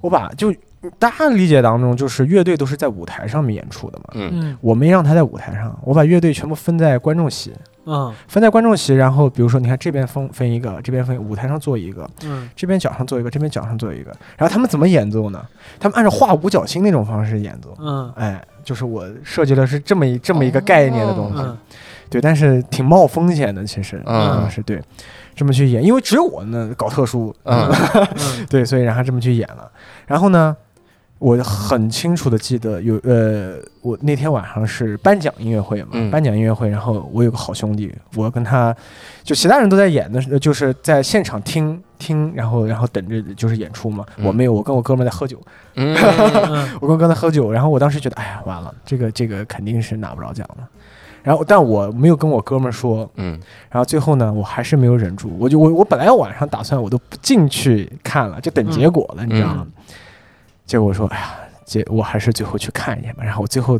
[SPEAKER 3] 我把就大家理解当中，就是乐队都是在舞台上面演出的嘛，
[SPEAKER 1] 嗯
[SPEAKER 2] 嗯
[SPEAKER 3] 我没让他在舞台上，我把乐队全部分在观众席，
[SPEAKER 2] 嗯
[SPEAKER 3] 分在观众席，然后比如说你看这边分分一个，这边分舞台上坐一个，
[SPEAKER 2] 嗯
[SPEAKER 3] 这边脚上坐一个，这边脚上坐一个，然后他们怎么演奏呢？他们按照画五角星那种方式演奏。
[SPEAKER 2] 嗯
[SPEAKER 3] 哎，就是我设计的是这么一这么一个概念的东西，
[SPEAKER 2] 嗯
[SPEAKER 3] 对，但是挺冒风险的，其实，啊
[SPEAKER 1] 嗯
[SPEAKER 3] 是对，这么去演，因为只有我呢搞特殊，
[SPEAKER 1] 嗯
[SPEAKER 2] 嗯
[SPEAKER 3] 对，所以然后这么去演了。然后呢，我很清楚的记得有呃，我那天晚上是颁奖音乐会嘛，
[SPEAKER 1] 嗯
[SPEAKER 3] 颁奖音乐会，然后我有个好兄弟，我跟他就其他人都在演的时候，就是在现场听听，然后然后等着就是演出嘛。
[SPEAKER 1] 嗯
[SPEAKER 3] 我没有，我跟我哥们儿在喝酒，
[SPEAKER 1] 嗯，
[SPEAKER 2] 嗯
[SPEAKER 3] 我跟我哥们儿喝酒，然后我当时觉得，哎呀，完了，这个这个肯定是拿不着奖了。然后，但我没有跟我哥们儿说，
[SPEAKER 1] 嗯
[SPEAKER 3] 然后最后呢，我还是没有忍住，我就我我本来晚上打算我都不进去看了，就等结果了，你知道吗？
[SPEAKER 1] 嗯
[SPEAKER 3] 结果我说，哎呀，结我还是最后去看一眼吧。然后我最后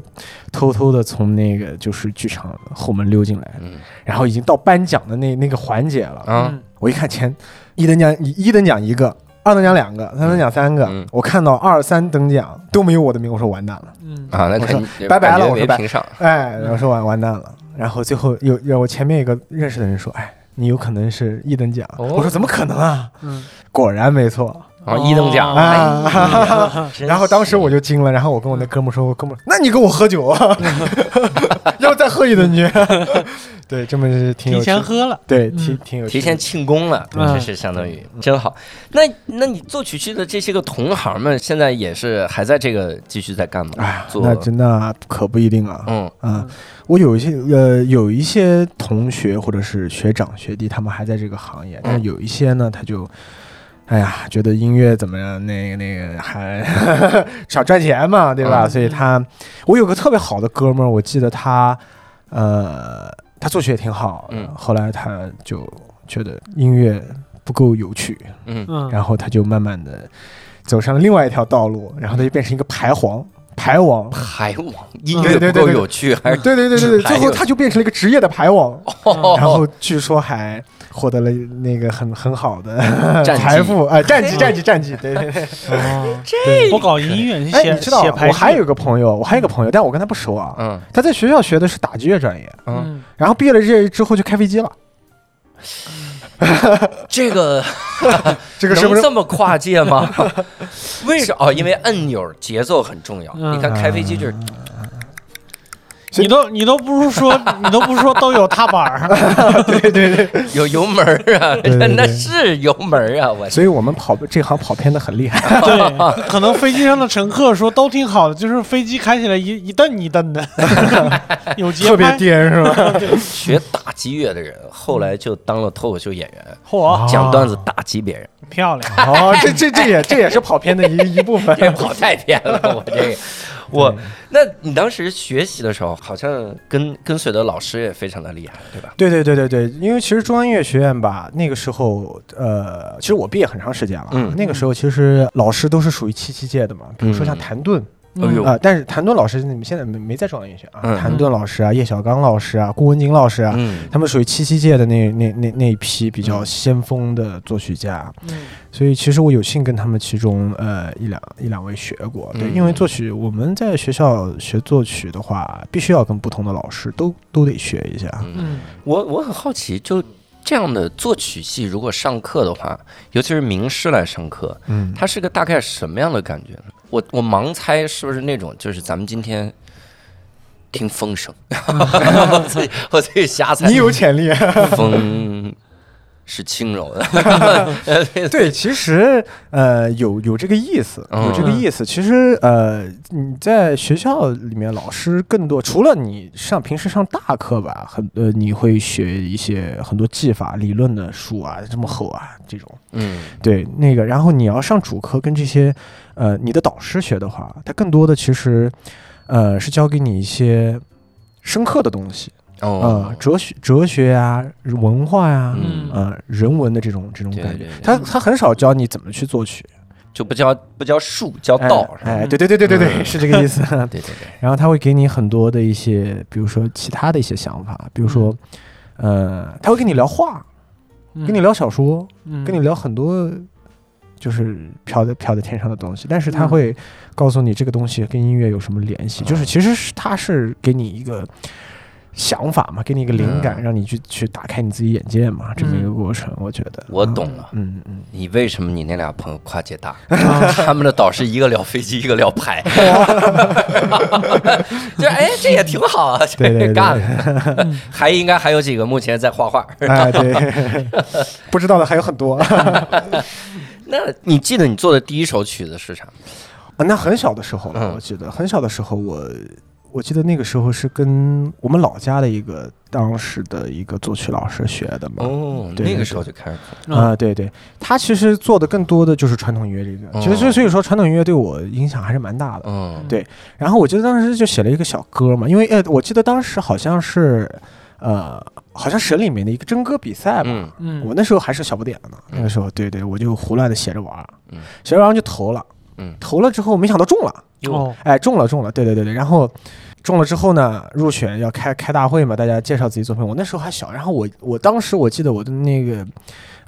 [SPEAKER 3] 偷偷的从那个就是剧场后门溜进来，
[SPEAKER 1] 嗯
[SPEAKER 3] 然后已经到颁奖的那那个环节了。
[SPEAKER 1] 啊，
[SPEAKER 3] 我一看前一等奖一一等奖一个，二等奖两个，三等奖三个，
[SPEAKER 1] 嗯
[SPEAKER 3] 我看到二三等奖都没有我的名，我说完蛋了。
[SPEAKER 2] 嗯
[SPEAKER 1] 啊，那肯定
[SPEAKER 3] 拜
[SPEAKER 1] 感
[SPEAKER 3] 拜了
[SPEAKER 1] 觉
[SPEAKER 3] 我说
[SPEAKER 1] 没
[SPEAKER 3] 拜
[SPEAKER 1] 评上，
[SPEAKER 3] 哎，
[SPEAKER 1] 嗯
[SPEAKER 3] 然后说完完蛋了，然后最后有有我前面有个认识的人说，哎，你有可能是一等奖，
[SPEAKER 1] 哦
[SPEAKER 3] 我说怎么可能啊？
[SPEAKER 2] 嗯
[SPEAKER 3] 果然没错，
[SPEAKER 1] 啊，一等奖，
[SPEAKER 2] 哦
[SPEAKER 1] 哎
[SPEAKER 3] 啊
[SPEAKER 1] 呀
[SPEAKER 3] 然后当时我就惊了，然后我跟我那哥们儿说，我哥们儿，那你跟我喝酒啊， 要不再喝一顿去？ 对，这么是挺有
[SPEAKER 2] 提
[SPEAKER 3] 趣
[SPEAKER 2] 前，喝了
[SPEAKER 3] 对，
[SPEAKER 2] 嗯
[SPEAKER 3] 挺挺有趣
[SPEAKER 1] 提前庆功了，
[SPEAKER 2] 嗯
[SPEAKER 1] 这是相当于真好。那那你做曲剧的这些个同行们，现在也是还在这个继续在干吗？
[SPEAKER 3] 哎呀，
[SPEAKER 1] 做
[SPEAKER 3] 那真的可不一定啊。
[SPEAKER 1] 嗯
[SPEAKER 3] 啊，我有一些呃，有一些同学或者是学长学弟，他们还在这个行业，但是有一些呢，他就，哎呀，觉得音乐怎么样，那个那个还 少赚钱嘛，对吧？
[SPEAKER 2] 嗯
[SPEAKER 3] 所以他，我有个特别好的哥们儿，我记得他，呃，他作曲也挺好，
[SPEAKER 1] 嗯
[SPEAKER 3] 后来他就觉得音乐不够有趣，
[SPEAKER 1] 嗯
[SPEAKER 2] 嗯
[SPEAKER 3] 然后他就慢慢的走上了另外一条道路，然后他就变成一个牌皇，牌王。
[SPEAKER 1] 排网音乐不
[SPEAKER 3] 对对对
[SPEAKER 1] 够
[SPEAKER 3] 对
[SPEAKER 1] 有趣，还是
[SPEAKER 3] 哎对对对对对，
[SPEAKER 1] 还
[SPEAKER 3] 最
[SPEAKER 1] 有
[SPEAKER 3] 后他就变成了一个职业的牌王， 然
[SPEAKER 1] 哦
[SPEAKER 3] 后据说还获得了那个很很好的
[SPEAKER 1] 哦战绩
[SPEAKER 3] 财富，哎，战绩
[SPEAKER 2] 嘿
[SPEAKER 3] 战绩战绩，对对对。
[SPEAKER 2] 哦
[SPEAKER 3] 对
[SPEAKER 2] 我搞音乐，你
[SPEAKER 3] 哎，
[SPEAKER 2] 写
[SPEAKER 3] 你知道
[SPEAKER 2] 写牌
[SPEAKER 3] 我还
[SPEAKER 2] 阵
[SPEAKER 3] 有一个朋友，我还有一个朋友，但我跟他不熟啊。
[SPEAKER 1] 嗯
[SPEAKER 3] 他在学校学的是打击乐专业，
[SPEAKER 1] 嗯，
[SPEAKER 2] 嗯
[SPEAKER 3] 然后毕业了之之后就开飞机了。
[SPEAKER 1] 这个
[SPEAKER 3] 这个是不
[SPEAKER 1] 能
[SPEAKER 3] 是
[SPEAKER 1] 这么跨界吗？ 为啥？哦，因为按钮节奏很重要。
[SPEAKER 2] 嗯
[SPEAKER 1] 你看开飞机就是
[SPEAKER 3] 啊所以
[SPEAKER 2] 你都你都不是说你都不是说都有踏板儿，
[SPEAKER 1] 有油门儿啊，
[SPEAKER 3] 对对对
[SPEAKER 1] 那是油门儿啊，我
[SPEAKER 3] 所以我们跑这行跑偏的很厉害。
[SPEAKER 2] 对，可能飞机上的乘客说都挺好的，就是飞机开起来一一蹬一蹬 的，有节
[SPEAKER 3] 特别
[SPEAKER 2] 拍，
[SPEAKER 3] 颠 是吧？
[SPEAKER 1] 学打击乐的人，后来就当了脱口秀演员，
[SPEAKER 3] 啊
[SPEAKER 2] 嚯，
[SPEAKER 1] 讲段子打击 别人，
[SPEAKER 2] 漂亮，
[SPEAKER 3] 哦，这这这也这也是跑偏的一一部分。
[SPEAKER 1] 这跑太偏了，我 这个，我，那你当时学习的时候，好像跟跟随的老师也非常的厉害，对吧？
[SPEAKER 3] 对对对对对，因为其实中央音乐学院吧，那个时候，呃，其实我毕业很长时间了，
[SPEAKER 1] 嗯
[SPEAKER 3] 那个时候其实老师都是属于七七届的嘛，比如说像
[SPEAKER 1] 嗯
[SPEAKER 3] 谭盾
[SPEAKER 1] 哎呦
[SPEAKER 3] 啊、呃但是谭盾老师你们现在没没在中央音乐学院啊，
[SPEAKER 1] 嗯
[SPEAKER 3] 谭盾老师啊，叶小刚老师啊，顾文景老师啊。
[SPEAKER 1] 嗯
[SPEAKER 3] 他们属于七七届的那那那那一批比较先锋的作曲家，
[SPEAKER 2] 嗯
[SPEAKER 3] 所以其实我有幸跟他们其中呃一两一两位学过，对，
[SPEAKER 1] 嗯
[SPEAKER 3] 因为作曲我们在学校学作曲的话，必须要跟不同的老师都都得学一下，
[SPEAKER 1] 嗯，
[SPEAKER 2] 嗯
[SPEAKER 1] 我我很好奇，就这样的作曲系，如果上课的话，尤其是名师来上课，
[SPEAKER 3] 嗯，
[SPEAKER 1] 它是个大概什么样的感觉呢？我我盲猜是不是那种，就是咱们今天听风声， 我自己我自己瞎猜，
[SPEAKER 3] 你有潜力，
[SPEAKER 1] 风是轻柔的，
[SPEAKER 3] 对，其实呃有有这个意思，有这个意思。其实呃你在学校里面，老师更多除了你上平时上大课吧，很呃你会学一些很多技法理论的书啊，这么厚啊这种。
[SPEAKER 1] 嗯
[SPEAKER 3] 对，那个然后你要上主课跟这些呃你的导师学的话，他更多的其实呃是教给你一些深刻的东西，
[SPEAKER 1] 哦
[SPEAKER 3] 呃，哲学哲学呀、文化呀、
[SPEAKER 1] 嗯
[SPEAKER 3] 呃人文的这种这种
[SPEAKER 1] 对
[SPEAKER 3] 感觉
[SPEAKER 1] 对对。
[SPEAKER 3] 他他很少教你怎么去作曲，
[SPEAKER 1] 就不叫不叫术，叫道。是吧
[SPEAKER 3] 哎，哎对对对对对对，
[SPEAKER 1] 嗯
[SPEAKER 3] 是这个 意思。
[SPEAKER 1] 对对对，
[SPEAKER 3] 然后他会给你很多的一些，比如说其他的一些想法，比如说，
[SPEAKER 1] 嗯
[SPEAKER 3] 呃，他会跟你聊画，跟你聊小说，
[SPEAKER 2] 嗯，
[SPEAKER 3] 跟你聊很多就是飘在飘在天上的东西，但是他
[SPEAKER 2] 嗯
[SPEAKER 3] 会告诉你这个东西跟音乐有什么联系，就是其实是他是给你一个想法嘛，给你一个灵感，
[SPEAKER 1] 嗯
[SPEAKER 3] 让你去去打开你自己眼界嘛，这么一个
[SPEAKER 2] 嗯
[SPEAKER 3] 过程，我觉得
[SPEAKER 1] 我懂了。
[SPEAKER 3] 嗯嗯，
[SPEAKER 1] 你为什么你那俩朋友跨界大？ 他们的导师一个聊飞机，一个聊牌， 就是哎，这也挺好啊，这
[SPEAKER 3] 对对对
[SPEAKER 1] 干了。还应该还有几个目前在画画。
[SPEAKER 3] 哎对，不知道的还有很多， 啊
[SPEAKER 1] 那你记得你做的第一首曲子是啥吗？
[SPEAKER 3] 那很小的时候了，
[SPEAKER 1] 嗯
[SPEAKER 3] 我记得很小的时候我。我记得那个时候是跟我们老家的一个当时的一个作曲老师学的嘛，
[SPEAKER 1] 哦，
[SPEAKER 3] 对
[SPEAKER 1] 那
[SPEAKER 3] 对
[SPEAKER 1] 个时候就开始做。
[SPEAKER 2] 嗯
[SPEAKER 3] 啊、对对，他其实做的更多的就是传统音乐这个，其实
[SPEAKER 1] 哦
[SPEAKER 3] 所以说传统音乐对我影响还是蛮大的。
[SPEAKER 1] 嗯
[SPEAKER 3] 对然后我记得当时就写了一个小歌嘛，因为呃，我记得当时好像是，呃，好像省里面的一个征歌比赛吧。
[SPEAKER 1] 嗯
[SPEAKER 2] 嗯，
[SPEAKER 3] 我那时候还是小不点儿呢，那个
[SPEAKER 1] 嗯
[SPEAKER 3] 时候，对对，我就胡乱的写着玩儿
[SPEAKER 1] 嗯，
[SPEAKER 3] 写着玩儿就投了，
[SPEAKER 1] 嗯
[SPEAKER 3] 投了之后没想到中了，
[SPEAKER 2] 哦，
[SPEAKER 3] 哎，中了中了，对对对对，然后中了之后呢，入选要开开大会嘛，大家介绍自己作品。我那时候还小，然后我我当时我记得我的那个，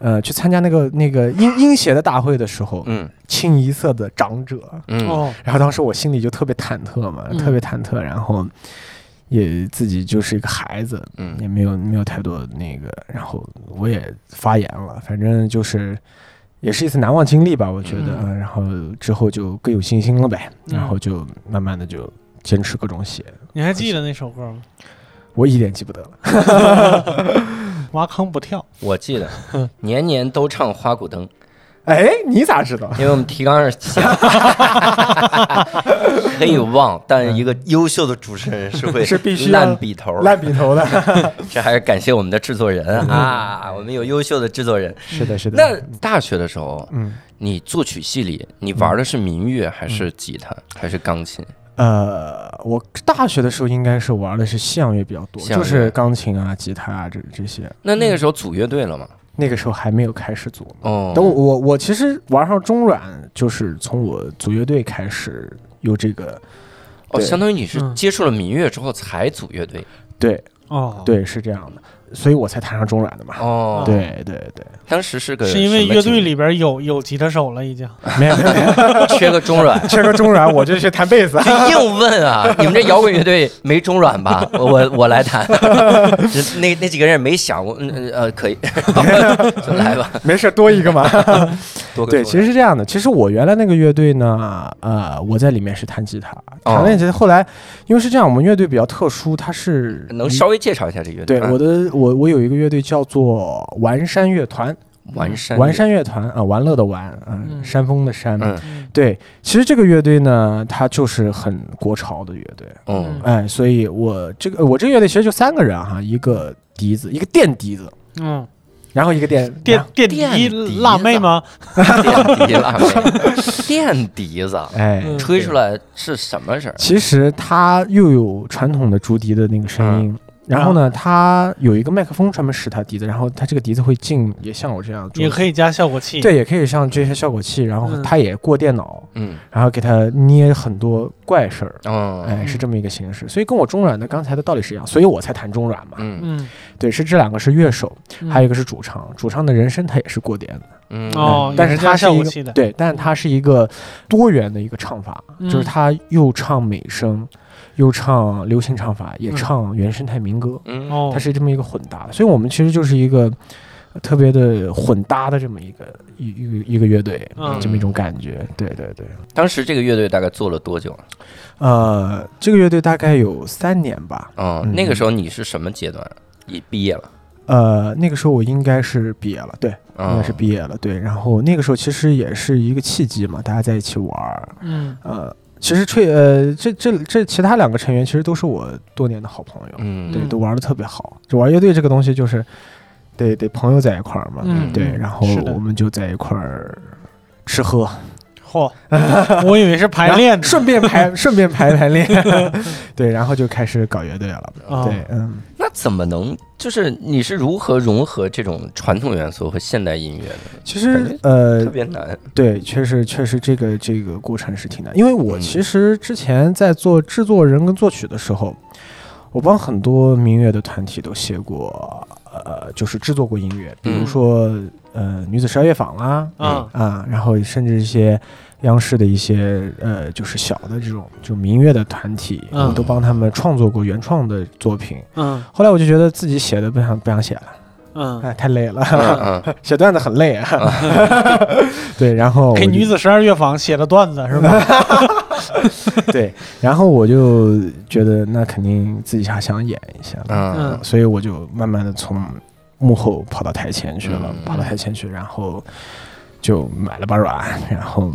[SPEAKER 3] 呃，去参加那个那个音音协的大会的时候，
[SPEAKER 1] 嗯
[SPEAKER 3] 清一色的长者，
[SPEAKER 1] 嗯
[SPEAKER 2] 哦，
[SPEAKER 3] 然后当时我心里就特别忐忑嘛，
[SPEAKER 2] 嗯
[SPEAKER 3] 特别忐忑，然后也自己就是一个孩子，
[SPEAKER 1] 嗯
[SPEAKER 3] 也没有没有太多那个，然后我也发言了，反正就是也是一次难忘经历吧，我觉得。
[SPEAKER 2] 嗯
[SPEAKER 3] 嗯然后之后就更有信心了呗，
[SPEAKER 2] 嗯
[SPEAKER 3] 然后就慢慢的就坚持各种写，
[SPEAKER 2] 你还记得那首歌吗？
[SPEAKER 3] 我一点记不得了。嗯
[SPEAKER 2] 挖坑不跳，
[SPEAKER 1] 我记得年年都唱《花鼓灯》，
[SPEAKER 3] 哎，你咋知道？
[SPEAKER 1] 因为我们提纲上写 的可以忘，但一个优秀的主持人是会
[SPEAKER 3] 嗯 是必须要
[SPEAKER 1] 烂笔头儿，
[SPEAKER 3] 烂笔头的，
[SPEAKER 1] 这还是感谢我们的制作人啊，我们有优秀的制作人。
[SPEAKER 3] 嗯是的，是的。
[SPEAKER 1] 那大学的时候，
[SPEAKER 3] 嗯，
[SPEAKER 1] 你作曲系里，你玩的是民乐还是吉他
[SPEAKER 3] 嗯
[SPEAKER 1] 还是钢琴？
[SPEAKER 3] 呃，我大学的时候应该是玩的是西洋乐比较多，
[SPEAKER 1] 西洋
[SPEAKER 3] 就
[SPEAKER 1] 乐
[SPEAKER 3] 是钢琴啊、吉他啊这这些。
[SPEAKER 1] 那那个时候组乐队了吗？
[SPEAKER 3] 那个时候还没有开始组呢
[SPEAKER 1] 哦，
[SPEAKER 3] 等我我我其实玩上中软，就是从我组乐队开始有这个，
[SPEAKER 1] 哦，
[SPEAKER 3] 对
[SPEAKER 1] 相当于你是
[SPEAKER 2] 嗯
[SPEAKER 1] 接触了民乐之后才组乐队。
[SPEAKER 3] 对
[SPEAKER 2] 哦，，
[SPEAKER 3] 对是这样的，所以我才弹上中软的嘛。
[SPEAKER 1] 哦，，
[SPEAKER 3] 对对对，
[SPEAKER 1] 当时是个
[SPEAKER 2] 是因为
[SPEAKER 1] 什么
[SPEAKER 2] 乐
[SPEAKER 1] 情
[SPEAKER 2] 队
[SPEAKER 1] 况
[SPEAKER 2] 里边有有吉他手了，已经。
[SPEAKER 3] 没有没有没有，。
[SPEAKER 1] 缺个中软
[SPEAKER 3] 缺个中软我就去弹贝斯。
[SPEAKER 1] 就硬问啊！你们这摇滚乐队没中软 吧？我我我来弹。 那那几个人也没想过，嗯嗯呃，可 以， 就来吧。
[SPEAKER 3] 没事，多一个嘛。
[SPEAKER 1] 多个
[SPEAKER 3] 对，
[SPEAKER 1] 中
[SPEAKER 3] 其实是这样的。其实我原来那个乐队呢，呃，我在里面是弹吉他，
[SPEAKER 1] 哦
[SPEAKER 3] 弹了吉他。后来因为是这样，我们乐队比较特殊，它是
[SPEAKER 1] 软能稍微介绍一下这乐队
[SPEAKER 3] 对
[SPEAKER 1] 吗？
[SPEAKER 3] 我的我我有一个乐队叫做完山乐团，
[SPEAKER 1] 完山
[SPEAKER 3] 嗯完山乐团啊、玩乐的玩，嗯，
[SPEAKER 2] 嗯
[SPEAKER 3] 山峰的山，
[SPEAKER 1] 嗯
[SPEAKER 3] 对，其实这个乐队呢，它就是很国潮的乐队，
[SPEAKER 1] 嗯
[SPEAKER 3] 哎，所以我这个我这个乐队其实就三个人哈、一个笛子，一个电笛子，
[SPEAKER 2] 嗯，
[SPEAKER 3] 然后一个电
[SPEAKER 2] 电，电
[SPEAKER 1] 电
[SPEAKER 2] 笛
[SPEAKER 1] 笛
[SPEAKER 2] 辣
[SPEAKER 1] 子
[SPEAKER 2] 妹吗？
[SPEAKER 1] 电笛辣妹，电笛子
[SPEAKER 3] 哎，
[SPEAKER 2] 嗯
[SPEAKER 1] 吹出来是什么声儿？
[SPEAKER 3] 其实它又有传统的竹笛的那个声
[SPEAKER 2] 嗯
[SPEAKER 3] 音。然后呢，它有一个麦克风专门使它笛子，然后它这个笛子会进，也像我这样，
[SPEAKER 2] 嗯也可以加效果器。，
[SPEAKER 3] 对，也可以像这些效果器，然后
[SPEAKER 2] 嗯
[SPEAKER 3] 它也过电脑，
[SPEAKER 1] 嗯
[SPEAKER 3] 然后给它捏很多怪事儿，
[SPEAKER 1] 哦
[SPEAKER 2] 嗯
[SPEAKER 3] 哎，是这么一个形式。所以跟我中软的刚才的道理是一样，所以我才弹中软嘛。
[SPEAKER 1] 嗯
[SPEAKER 2] 嗯，
[SPEAKER 3] 对，是这两个是乐手，
[SPEAKER 2] 嗯
[SPEAKER 3] 还有一个是主唱，主唱的人声他也是过点的，
[SPEAKER 1] 嗯
[SPEAKER 2] 哦
[SPEAKER 3] 嗯但
[SPEAKER 2] 也
[SPEAKER 3] 是
[SPEAKER 2] 是加
[SPEAKER 3] 他是
[SPEAKER 2] 效
[SPEAKER 3] 一
[SPEAKER 2] 果
[SPEAKER 3] 个
[SPEAKER 2] 器的
[SPEAKER 3] 对，但是他是一个多元的一个唱法，就是
[SPEAKER 2] 嗯
[SPEAKER 3] 他又唱美声，又唱流行唱法，也
[SPEAKER 2] 嗯
[SPEAKER 3] 唱原生态民歌，
[SPEAKER 1] 嗯
[SPEAKER 2] 哦，
[SPEAKER 3] 它是这么一个混搭的，所以我们其实就是一个。特别的混搭的这么一个一一个一个乐队，
[SPEAKER 2] 嗯
[SPEAKER 3] 这么一种感觉，对对对。
[SPEAKER 1] 当时这个乐队大概做了多久啊？
[SPEAKER 3] 呃，这个乐队大概有三年吧，
[SPEAKER 1] 哦
[SPEAKER 3] 嗯
[SPEAKER 1] 那个时候你是什么阶段？也毕业了，哦
[SPEAKER 3] 呃，那个时候我应该是毕业了，对，
[SPEAKER 1] 啊
[SPEAKER 3] 应该是毕业了，对。然后那个时候其实也是一个契机嘛，大家在一起玩儿。
[SPEAKER 2] 嗯
[SPEAKER 3] 呃，其实吹呃，这这这其他两个成员其实都是我多年的好朋友，
[SPEAKER 1] 嗯
[SPEAKER 3] 对，
[SPEAKER 2] 嗯
[SPEAKER 3] 都玩的特别好。就玩乐队这个东西，就是得得朋友在一块儿嘛，
[SPEAKER 2] 嗯
[SPEAKER 3] 对。
[SPEAKER 2] 嗯
[SPEAKER 3] 然后
[SPEAKER 2] 是的
[SPEAKER 3] 我们就在一块儿吃喝，
[SPEAKER 2] 嚯，我以为是排练 呢
[SPEAKER 3] 顺便排顺便排排练，对，然后就开始搞乐队了。
[SPEAKER 2] 啊，
[SPEAKER 3] 对，嗯，
[SPEAKER 1] 那怎么能就是你是如何融合这种传统元素和现代音乐的？
[SPEAKER 3] 其
[SPEAKER 1] 感
[SPEAKER 3] 实
[SPEAKER 1] 觉
[SPEAKER 3] 呃
[SPEAKER 1] 特，别 难。
[SPEAKER 3] 对，确实确实这个这个过程是挺难，因为我
[SPEAKER 1] 嗯
[SPEAKER 3] 其实之前在做制作人跟作曲的时候，我帮很多民乐的团体都写过，呃，就是制作过音乐，比如
[SPEAKER 1] 嗯
[SPEAKER 3] 说、呃女子十二乐坊啦，
[SPEAKER 2] 啊，
[SPEAKER 3] 啊，然后甚至一些央视的一些呃，就是小的这种就民乐的团体，
[SPEAKER 2] 嗯
[SPEAKER 3] 我都帮他们创作过原创的作品。
[SPEAKER 2] 嗯
[SPEAKER 3] 后来我就觉得自己写的不想不想写了，
[SPEAKER 2] 嗯，
[SPEAKER 3] 哎，太累了，
[SPEAKER 1] 嗯嗯，
[SPEAKER 3] 写段子很累啊。对，然哦后我
[SPEAKER 2] 嗯给
[SPEAKER 3] 就
[SPEAKER 2] 女子十二乐坊写的段子是 吧？
[SPEAKER 3] 对，然后我就觉得那肯定自己还想演一下，
[SPEAKER 1] 嗯
[SPEAKER 3] 所以我就慢慢的从幕后跑到台前去了，
[SPEAKER 1] 嗯
[SPEAKER 3] 跑到台前去，然后就买了把软，然后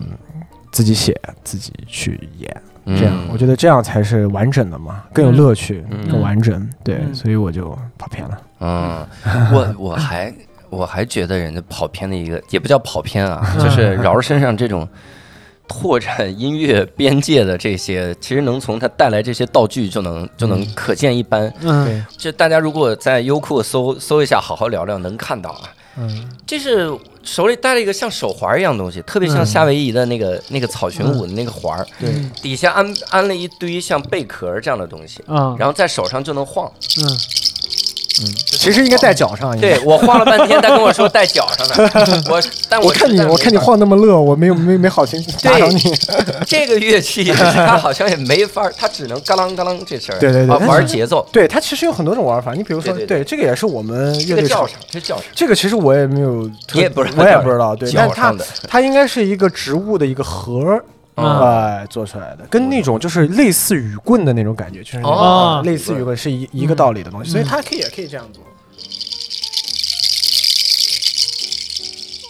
[SPEAKER 3] 自己写，自己去演。
[SPEAKER 1] 嗯
[SPEAKER 3] 这样，我觉得这样才是完整的嘛，更有乐趣，
[SPEAKER 1] 嗯
[SPEAKER 3] 更完整。对，
[SPEAKER 2] 嗯
[SPEAKER 3] 所以我就跑偏了。
[SPEAKER 1] 嗯，我我还我还觉得人家跑偏的一个也不叫跑偏啊，就是饶儿身上这种拓展音乐边界的这些，其实能从他带来这些道具就能就能可见一斑。
[SPEAKER 2] 嗯
[SPEAKER 1] 就大家如果在优酷搜搜一下，好好聊聊，能看到啊。
[SPEAKER 3] 嗯，
[SPEAKER 1] 这是手里戴了一个像手环一样的东西，特别像夏威夷的那个、那个草裙舞的那个环儿，
[SPEAKER 3] 对
[SPEAKER 1] 底下安安了一堆像贝壳儿这样的东西，
[SPEAKER 2] 啊，
[SPEAKER 1] 然后在手上就能晃。
[SPEAKER 2] 嗯，
[SPEAKER 3] 其实应该戴脚上。应 该
[SPEAKER 1] 对，我晃了半天，他跟我说戴脚上的，我但
[SPEAKER 3] 我看
[SPEAKER 1] 实
[SPEAKER 3] 你，
[SPEAKER 1] 在没
[SPEAKER 3] 我看你
[SPEAKER 1] 法
[SPEAKER 3] 晃那么乐，我没有没没好心打扰你。
[SPEAKER 1] 这个乐器，它好像也没法儿，它只能嘎啷嘎啷这声儿，
[SPEAKER 3] 对对对
[SPEAKER 1] 啊
[SPEAKER 3] 但是
[SPEAKER 1] 玩节奏，
[SPEAKER 3] 对，它其实有很多种玩法。你比如说，
[SPEAKER 1] 对对对
[SPEAKER 3] 对，这个也是我们
[SPEAKER 1] 这个
[SPEAKER 3] 乐队
[SPEAKER 1] 叫
[SPEAKER 3] 常
[SPEAKER 1] 声，这叫声，
[SPEAKER 3] 这个其实我也没有 特，
[SPEAKER 1] 你也不知道
[SPEAKER 3] 我也
[SPEAKER 1] 叫
[SPEAKER 3] 不知道。对，但
[SPEAKER 1] 脚
[SPEAKER 3] 它
[SPEAKER 1] 上的，嗯
[SPEAKER 3] 它应该是一个植物的一个盒儿，
[SPEAKER 2] 啊
[SPEAKER 3] 哎，做出来的，跟那种就是类似雨棍的那种感觉，就是那
[SPEAKER 2] 哦
[SPEAKER 3] 种类似雨棍是
[SPEAKER 1] 嗯
[SPEAKER 3] 一一个道理的东西，所以它可以也可以这样做。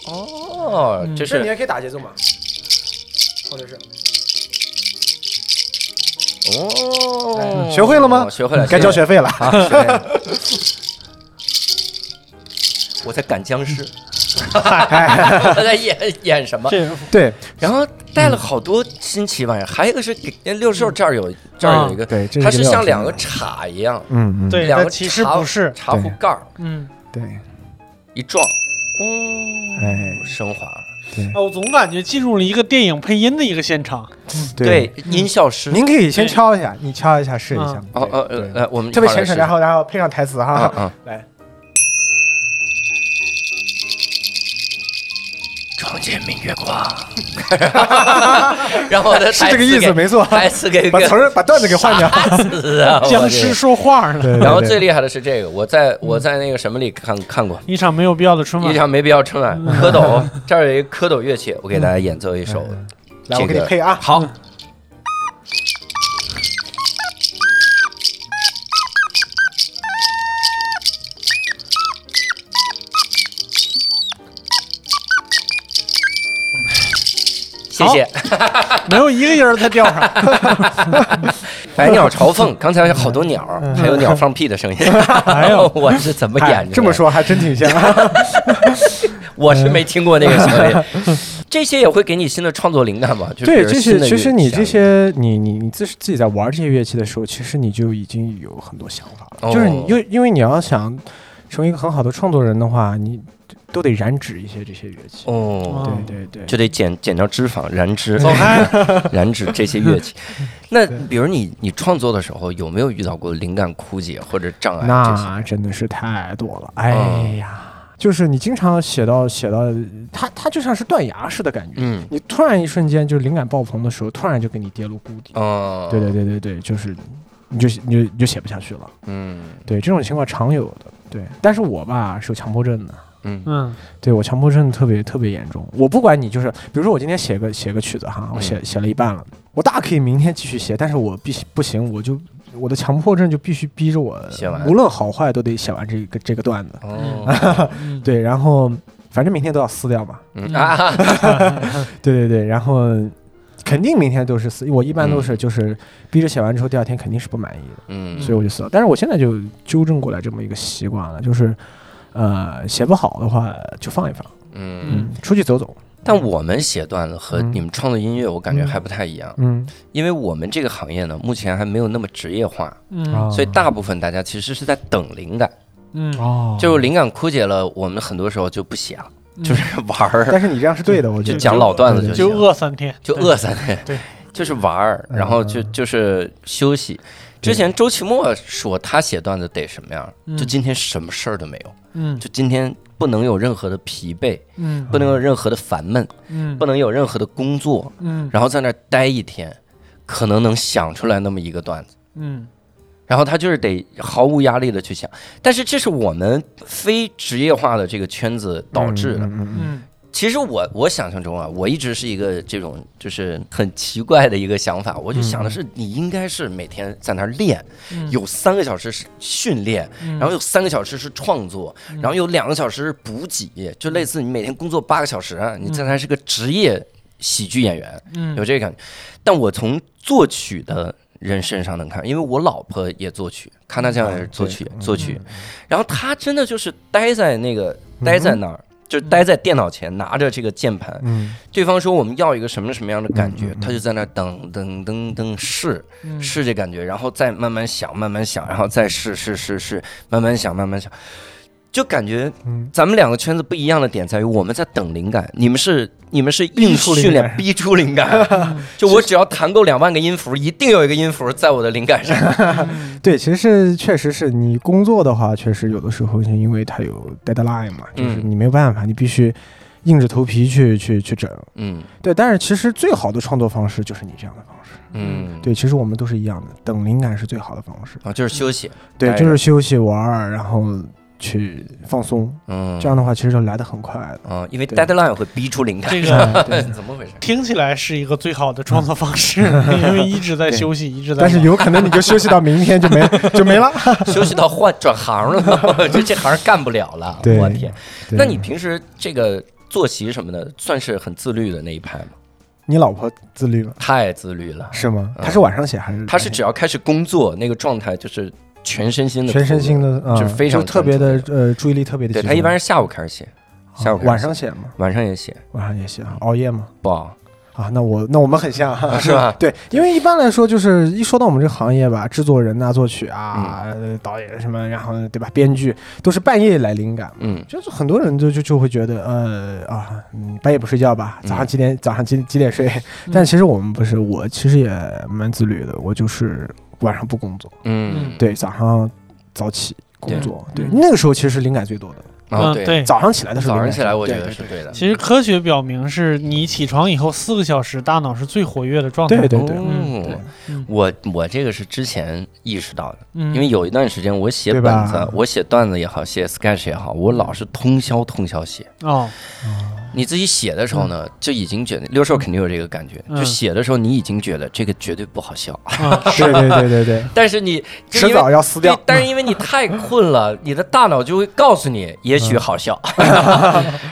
[SPEAKER 1] 哦，这
[SPEAKER 3] 嗯那
[SPEAKER 1] 是
[SPEAKER 3] 你也可以打节奏嘛，或者是
[SPEAKER 1] 哦，
[SPEAKER 3] 学会了吗？
[SPEAKER 1] 学会了，
[SPEAKER 3] 该交学费了。
[SPEAKER 1] 啊！ 学会了 我在赶僵尸， 我在演演什么？
[SPEAKER 2] 这
[SPEAKER 3] 对
[SPEAKER 1] 然后带了好多新奇玩意儿，还有一个是给那六兽这儿有这儿有一个，
[SPEAKER 3] 啊对，这
[SPEAKER 1] 它是像两个
[SPEAKER 3] 个，
[SPEAKER 1] 叉一样，
[SPEAKER 3] 嗯嗯，
[SPEAKER 2] 对，
[SPEAKER 1] 两
[SPEAKER 2] 但
[SPEAKER 1] 个
[SPEAKER 2] 其实
[SPEAKER 1] 茶
[SPEAKER 2] 不是，
[SPEAKER 1] 茶壶
[SPEAKER 3] 对
[SPEAKER 1] 盖儿
[SPEAKER 2] 嗯，
[SPEAKER 3] 对，
[SPEAKER 1] 一撞，
[SPEAKER 3] 哎，
[SPEAKER 1] 升华了。
[SPEAKER 2] 啊，我总感觉进入了一个电影配音的一个现场，
[SPEAKER 1] 对，音效师，
[SPEAKER 3] 嗯您可以先敲一下，你敲一下试一下。
[SPEAKER 1] 哦哦呃
[SPEAKER 3] 对
[SPEAKER 1] 呃，我们
[SPEAKER 3] 特别虔诚，然
[SPEAKER 1] 后
[SPEAKER 3] 后然后配上台词
[SPEAKER 1] 啊
[SPEAKER 3] 哈，
[SPEAKER 1] 啊，
[SPEAKER 3] 来，
[SPEAKER 1] 创建明月光， 然后呢
[SPEAKER 3] 是这个意思，没错，
[SPEAKER 1] 台词 给
[SPEAKER 3] 把词儿把段子给换掉。
[SPEAKER 1] 词啊，我
[SPEAKER 2] 僵
[SPEAKER 1] 这
[SPEAKER 2] 尸。说话呢，
[SPEAKER 3] 对，
[SPEAKER 1] 然后
[SPEAKER 3] 对嗯
[SPEAKER 1] 最厉害的是这个，我在我在那个什么里看看过，
[SPEAKER 2] 一场没有必要的春
[SPEAKER 1] 一
[SPEAKER 2] 晚，
[SPEAKER 1] 场没必要春晚，
[SPEAKER 3] 嗯
[SPEAKER 1] 蝌蚪这儿有一个蝌蚪乐器，我给大家演奏一首，
[SPEAKER 3] 嗯来，我
[SPEAKER 1] 这
[SPEAKER 3] 给你
[SPEAKER 1] 个
[SPEAKER 3] 配啊，
[SPEAKER 1] 好，
[SPEAKER 2] 嗯
[SPEAKER 1] 谢谢。
[SPEAKER 2] 没有一个人在调上，
[SPEAKER 1] 百鸟朝 凤，刚才好多鸟，还有鸟放屁的声音。
[SPEAKER 2] 哎呦
[SPEAKER 1] 我是怎么演
[SPEAKER 3] 嗯哎
[SPEAKER 1] 出来的？
[SPEAKER 3] 这么说还真挺 像。
[SPEAKER 1] 我是没听过那个什 么，这些也会给你新的创作灵感吗？就比
[SPEAKER 3] 对，
[SPEAKER 1] 如
[SPEAKER 3] 这
[SPEAKER 1] 新
[SPEAKER 3] 些
[SPEAKER 1] 的
[SPEAKER 3] 其实
[SPEAKER 1] 乐
[SPEAKER 3] 你
[SPEAKER 1] 器啊
[SPEAKER 3] 这，些，你你你自自己在玩这些乐器的时候，其实你就已经有很多想法了。就是你
[SPEAKER 1] 哦
[SPEAKER 3] 因为因为你要想成为一个很好的创作人的话，你都得染指一些这些乐器。
[SPEAKER 1] 哦，
[SPEAKER 2] 哦
[SPEAKER 3] 对对对，
[SPEAKER 1] 就得减减掉脂肪，燃脂，
[SPEAKER 3] 哦
[SPEAKER 2] 走开，
[SPEAKER 3] 哎
[SPEAKER 1] 燃脂这些 乐器。那比如你你创作的时候，有没有遇到过灵感枯竭或者障碍这些？
[SPEAKER 3] 那真的是太多了。哎呀，就是你经常写到写到，它它就像是断崖式的感觉。
[SPEAKER 1] 嗯
[SPEAKER 3] 你突然一瞬间就是灵感爆棚的时候，突然就给你跌入谷底。
[SPEAKER 1] 哦，
[SPEAKER 3] 对对，对对对，就是你就你就你就写不下去了。
[SPEAKER 1] 嗯
[SPEAKER 3] 对，这种情况常有的。对，但是我吧是有强迫症的，
[SPEAKER 1] 嗯
[SPEAKER 2] 嗯
[SPEAKER 3] 对我强迫症特别特别严重。我不管你就是，比如说我今天写个写个曲子哈，我写、
[SPEAKER 1] 嗯
[SPEAKER 3] 写了一半了，我大可以明天继续写，但是我必须不行，我就我的强迫症就必须逼着我
[SPEAKER 1] 写完，
[SPEAKER 3] 无论好坏都得写完这个这个段子。
[SPEAKER 1] 哦，
[SPEAKER 2] 嗯，
[SPEAKER 3] 对，然后反正明天都要撕掉嘛。
[SPEAKER 1] 嗯啊，
[SPEAKER 3] 对对对，然后肯定明天都是撕，我一般都是就是逼着写完之后，第二天肯定是不满意的。
[SPEAKER 1] 嗯，
[SPEAKER 3] 所以我就死了。但是我现在就纠正过来这么一个习惯了，就是，呃，写不好的话就放一放，
[SPEAKER 1] 嗯
[SPEAKER 2] 嗯，
[SPEAKER 3] 出去走走，
[SPEAKER 1] 但我们写段子和
[SPEAKER 3] 嗯
[SPEAKER 1] 你们创作音乐，我感觉还不太一样，
[SPEAKER 3] 嗯，
[SPEAKER 1] 因为我们这个行业呢，目前还没有那么职业化，
[SPEAKER 3] 啊
[SPEAKER 2] 嗯
[SPEAKER 1] 所以大部分大家其实是在等灵感，
[SPEAKER 2] 嗯，
[SPEAKER 3] 哦
[SPEAKER 1] 就是灵感枯竭了，我们很多时候就不写了， 就是玩儿，
[SPEAKER 3] 但是你这样是对的，我觉
[SPEAKER 1] 就
[SPEAKER 3] 得
[SPEAKER 1] 讲老段子就
[SPEAKER 2] 嗯就
[SPEAKER 1] 行。
[SPEAKER 2] 饿三天，
[SPEAKER 1] 就饿三天，
[SPEAKER 2] 对，嗯
[SPEAKER 1] 就是玩儿，然后就就是休息。之前周奇墨说他写段子得什么样，
[SPEAKER 2] 嗯
[SPEAKER 1] 就今天什么事儿都没有，
[SPEAKER 2] 嗯
[SPEAKER 1] 就今天不能有任何的疲惫，
[SPEAKER 2] 嗯
[SPEAKER 1] 不能有任何的烦闷，
[SPEAKER 2] 嗯
[SPEAKER 1] 不能有任何的工作，
[SPEAKER 2] 嗯
[SPEAKER 1] 然后在那儿待一天，可能能想出来那么一个段子。
[SPEAKER 2] 嗯
[SPEAKER 1] 然后他就是得毫无压力的去想，但是这是我们非职业化的这个圈子导致的。
[SPEAKER 3] 嗯
[SPEAKER 2] 嗯
[SPEAKER 1] 其实我我想象中啊，我一直是一个这种就是很奇怪的一个想法，我就想的是，你应该是每天在那儿练，
[SPEAKER 2] 嗯，
[SPEAKER 1] 有三个小时是训练，
[SPEAKER 2] 嗯，
[SPEAKER 1] 然后有三个小时是创作，然后有两个小时是补给，就类似你每天工作八个小时，啊你在那儿是个职业喜剧演员，
[SPEAKER 2] 嗯
[SPEAKER 1] 有这个感觉。但我从作曲的人身上能看，因为我老婆也作曲，看她这
[SPEAKER 2] 哦
[SPEAKER 1] 样也是作曲、
[SPEAKER 2] 嗯
[SPEAKER 1] 作曲，然后她真的就是待在那个
[SPEAKER 2] 嗯
[SPEAKER 1] 待在那儿。就待在电脑前，拿着这个键盘，
[SPEAKER 3] 嗯
[SPEAKER 1] 对方说我们要一个什么什么样的感觉，他就在那儿等等等等试
[SPEAKER 2] 嗯
[SPEAKER 1] 试这感觉，然后再慢慢想，慢慢想，然后再试试试试，慢慢想，慢慢想，就感觉
[SPEAKER 3] 嗯
[SPEAKER 1] 咱们两个圈子不一样的点在于，我们在等灵感，你们是你们是硬
[SPEAKER 3] 出灵
[SPEAKER 1] 训练
[SPEAKER 3] 感
[SPEAKER 1] 逼出灵感， 就我只要弹够两万个音符，一定有一个音符在我的灵感 上。
[SPEAKER 3] 嗯，对，其实是确实是你工作的话，确实有的时候就因为它有 deadline 嘛，就是
[SPEAKER 1] 嗯
[SPEAKER 3] 你没有办法，你必须硬着头皮去去去整。
[SPEAKER 1] 嗯
[SPEAKER 3] 对，但是其实最好的创作方式就是你这样的方式。
[SPEAKER 1] 嗯，
[SPEAKER 3] 对，其实我们都是一样的，等灵感是最好的方式。
[SPEAKER 1] 啊，就是休息，
[SPEAKER 3] 对，
[SPEAKER 1] 待
[SPEAKER 3] 就
[SPEAKER 1] 着
[SPEAKER 3] 是休息玩儿，然后去放松，
[SPEAKER 1] 嗯，
[SPEAKER 3] 这样的话其实就来的很快了。
[SPEAKER 1] 啊，因为
[SPEAKER 3] 对
[SPEAKER 1] deadline 会逼出灵感哎
[SPEAKER 2] 这， 个
[SPEAKER 3] 对
[SPEAKER 1] 怎么回事？
[SPEAKER 2] 听起来是一个最好的创作方式， 因为一直在休息，一直在
[SPEAKER 3] 嗯
[SPEAKER 2] 玩，
[SPEAKER 3] 但是有可能你就休息到明天就没 就没了。
[SPEAKER 1] 休息到换转行 了，就这行干不了了。
[SPEAKER 3] 对
[SPEAKER 1] 我天！
[SPEAKER 3] 对
[SPEAKER 1] 那你平时这个作息什么的，算是很自律的那一派吗？
[SPEAKER 3] 你老婆自律吗？
[SPEAKER 1] 太自律了，
[SPEAKER 3] 是吗？
[SPEAKER 1] 嗯
[SPEAKER 3] 她是晚上写还是？
[SPEAKER 1] 他是只要开始工作，那个状态就是全身心的，
[SPEAKER 3] 全身心
[SPEAKER 1] 的。
[SPEAKER 3] 的，嗯
[SPEAKER 1] 就是非常
[SPEAKER 3] 就特别
[SPEAKER 1] 专
[SPEAKER 3] 的
[SPEAKER 1] 注
[SPEAKER 3] 呃注意力特别的集
[SPEAKER 1] 对
[SPEAKER 3] 中。
[SPEAKER 1] 他一般是下午开始写，下午
[SPEAKER 3] 啊
[SPEAKER 1] 开始
[SPEAKER 3] 晚上写吗？
[SPEAKER 1] 晚上也写，
[SPEAKER 3] 晚上也写啊，熬夜吗？
[SPEAKER 1] 不熬
[SPEAKER 3] 啊，那我那我们很像，啊
[SPEAKER 1] 啊是吧
[SPEAKER 3] 对，因为一般来说，就是一说到我们这个行业吧，制作人呐、作曲啊、
[SPEAKER 1] 嗯
[SPEAKER 3] 呃导演什么，然后对吧，编剧都是半夜来灵感。
[SPEAKER 1] 嗯
[SPEAKER 3] 就是很多人就就就会觉得，呃啊，嗯，半夜不睡觉吧，
[SPEAKER 1] 嗯
[SPEAKER 3] 早上几点、早上几几点睡？但其实我们不是，我其实也蛮自律的，我就是晚上不工作，
[SPEAKER 1] 嗯
[SPEAKER 2] 嗯，
[SPEAKER 3] 对，早上早起工
[SPEAKER 1] 对
[SPEAKER 3] 作，对，
[SPEAKER 2] 嗯
[SPEAKER 3] 那个时候其实是灵感最多的，
[SPEAKER 1] 哦
[SPEAKER 2] 嗯
[SPEAKER 1] 对，
[SPEAKER 2] 对，
[SPEAKER 3] 早上起来的时候
[SPEAKER 1] 早上
[SPEAKER 3] 灵感
[SPEAKER 1] 起
[SPEAKER 3] 最多，
[SPEAKER 1] 来我觉
[SPEAKER 3] 对
[SPEAKER 1] 得
[SPEAKER 3] 对
[SPEAKER 1] 是对的。
[SPEAKER 2] 其实科学表明是你起床以后四个小时，大脑是最活跃的状态。
[SPEAKER 3] 对对对
[SPEAKER 1] 哦
[SPEAKER 3] 对
[SPEAKER 2] 嗯
[SPEAKER 1] 我我这个是之前意识到的，
[SPEAKER 2] 嗯，
[SPEAKER 1] 因为有一段时间我写
[SPEAKER 3] 对
[SPEAKER 1] 本
[SPEAKER 3] 吧
[SPEAKER 1] 子，我写段子也好，写 sketch 也好，我老是通宵通宵写。
[SPEAKER 2] 哦，
[SPEAKER 1] 你自己写的时候
[SPEAKER 3] 嗯
[SPEAKER 1] 呢，就已经觉得六兽肯定有这个感觉，
[SPEAKER 2] 嗯
[SPEAKER 1] 就写的时候你已经觉得这个绝对不好笑，
[SPEAKER 2] 嗯
[SPEAKER 3] 对对对对对，
[SPEAKER 1] 但是你 就
[SPEAKER 3] 迟
[SPEAKER 1] 因为
[SPEAKER 3] 早要撕
[SPEAKER 1] 对
[SPEAKER 3] 掉，，
[SPEAKER 1] 但是因为你太困了， 你的大脑就会告诉你，也许
[SPEAKER 3] 嗯
[SPEAKER 1] 好 笑，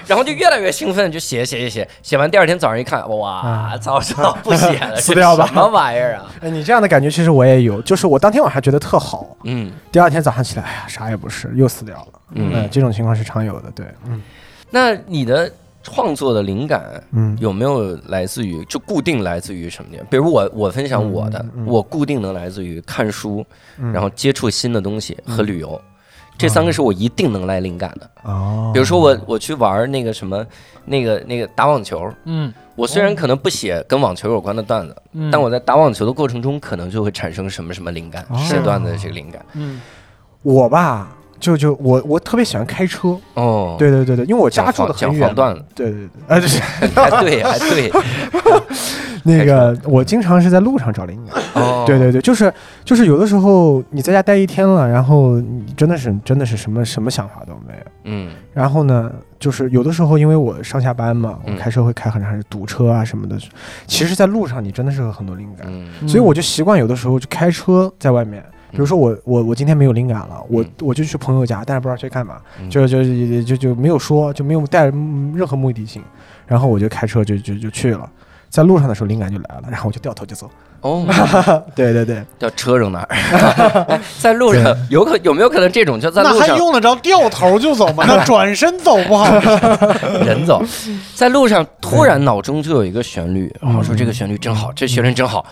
[SPEAKER 1] 然后就越来越兴奋，就写写写写，写完第二天早上一看，哇，早上不写 了，
[SPEAKER 3] 撕啊掉吧
[SPEAKER 1] 这什么玩意儿 啊？
[SPEAKER 3] 哎，你这样的感觉其实我也有，就是我当天晚上觉得特好，
[SPEAKER 1] 嗯
[SPEAKER 3] 第二天早上起来，哎呀，啥也不是，又死掉了。哎
[SPEAKER 1] 嗯，
[SPEAKER 3] 这种情况是常有的，对，嗯
[SPEAKER 1] 那你的创作的灵感
[SPEAKER 3] 嗯，
[SPEAKER 1] 有没有来自于就固定来自于什么点？比如我我分享我的
[SPEAKER 3] 嗯，嗯
[SPEAKER 1] 我固定能来自于看书，
[SPEAKER 3] 嗯
[SPEAKER 1] 然后接触新的东西和旅游，这三个是我一定能来灵感的。
[SPEAKER 3] 哦，
[SPEAKER 1] 比如说我我去玩那个什么那个那个打网球，
[SPEAKER 2] 嗯，
[SPEAKER 1] 我虽然可能不写跟网球有关的段子，
[SPEAKER 2] 嗯
[SPEAKER 1] 但我在打网球的过程中，可能就会产生什么什么灵感，
[SPEAKER 3] 哦
[SPEAKER 1] 写段子的这个灵感。
[SPEAKER 2] 嗯
[SPEAKER 3] 我吧，就就我我特别喜欢开车，
[SPEAKER 1] 哦，，
[SPEAKER 3] 对对对对，因为我
[SPEAKER 1] 讲
[SPEAKER 3] 家住
[SPEAKER 1] 黄
[SPEAKER 3] 的
[SPEAKER 1] 讲
[SPEAKER 3] 很
[SPEAKER 1] 黄
[SPEAKER 3] 远，
[SPEAKER 1] 段子，
[SPEAKER 3] 对对对，啊，就是
[SPEAKER 1] 还对还对，
[SPEAKER 3] 那个我经常是在路上找灵感，
[SPEAKER 1] 哦，
[SPEAKER 3] 对对对，就是就是有的时候你在家待一天了，然后你真的是真的是什么什么想法都没有。
[SPEAKER 1] 嗯
[SPEAKER 3] 然后呢，就是有的时候因为我上下班嘛，
[SPEAKER 1] 嗯
[SPEAKER 3] 我开车会开很长时间，堵车啊什么的。其实，在路上你真的是有很多灵感，
[SPEAKER 1] 嗯
[SPEAKER 2] 嗯
[SPEAKER 3] 所以我就习惯有的时候就开车在外面。比如说我我我今天没有灵感了，我
[SPEAKER 1] 嗯
[SPEAKER 3] 我就去朋友家，但是不知道去干嘛，
[SPEAKER 1] 嗯
[SPEAKER 3] 就就就就就没有说，就没有带嗯任何目的性，然后我就开车就就就去了，在路上的时候灵感就来了，然后我就掉头就走，
[SPEAKER 1] 哦，
[SPEAKER 3] 对对对，
[SPEAKER 1] 叫车扔哪儿？哎在路上有可有没有可能这种就在
[SPEAKER 2] 那
[SPEAKER 1] 路
[SPEAKER 2] 还
[SPEAKER 1] 上
[SPEAKER 2] 用得着掉头 就走吗？那转身走不好吗？
[SPEAKER 1] 人走，在路上突然脑中就有一个旋律，然后说这个旋律真好，这旋律真好。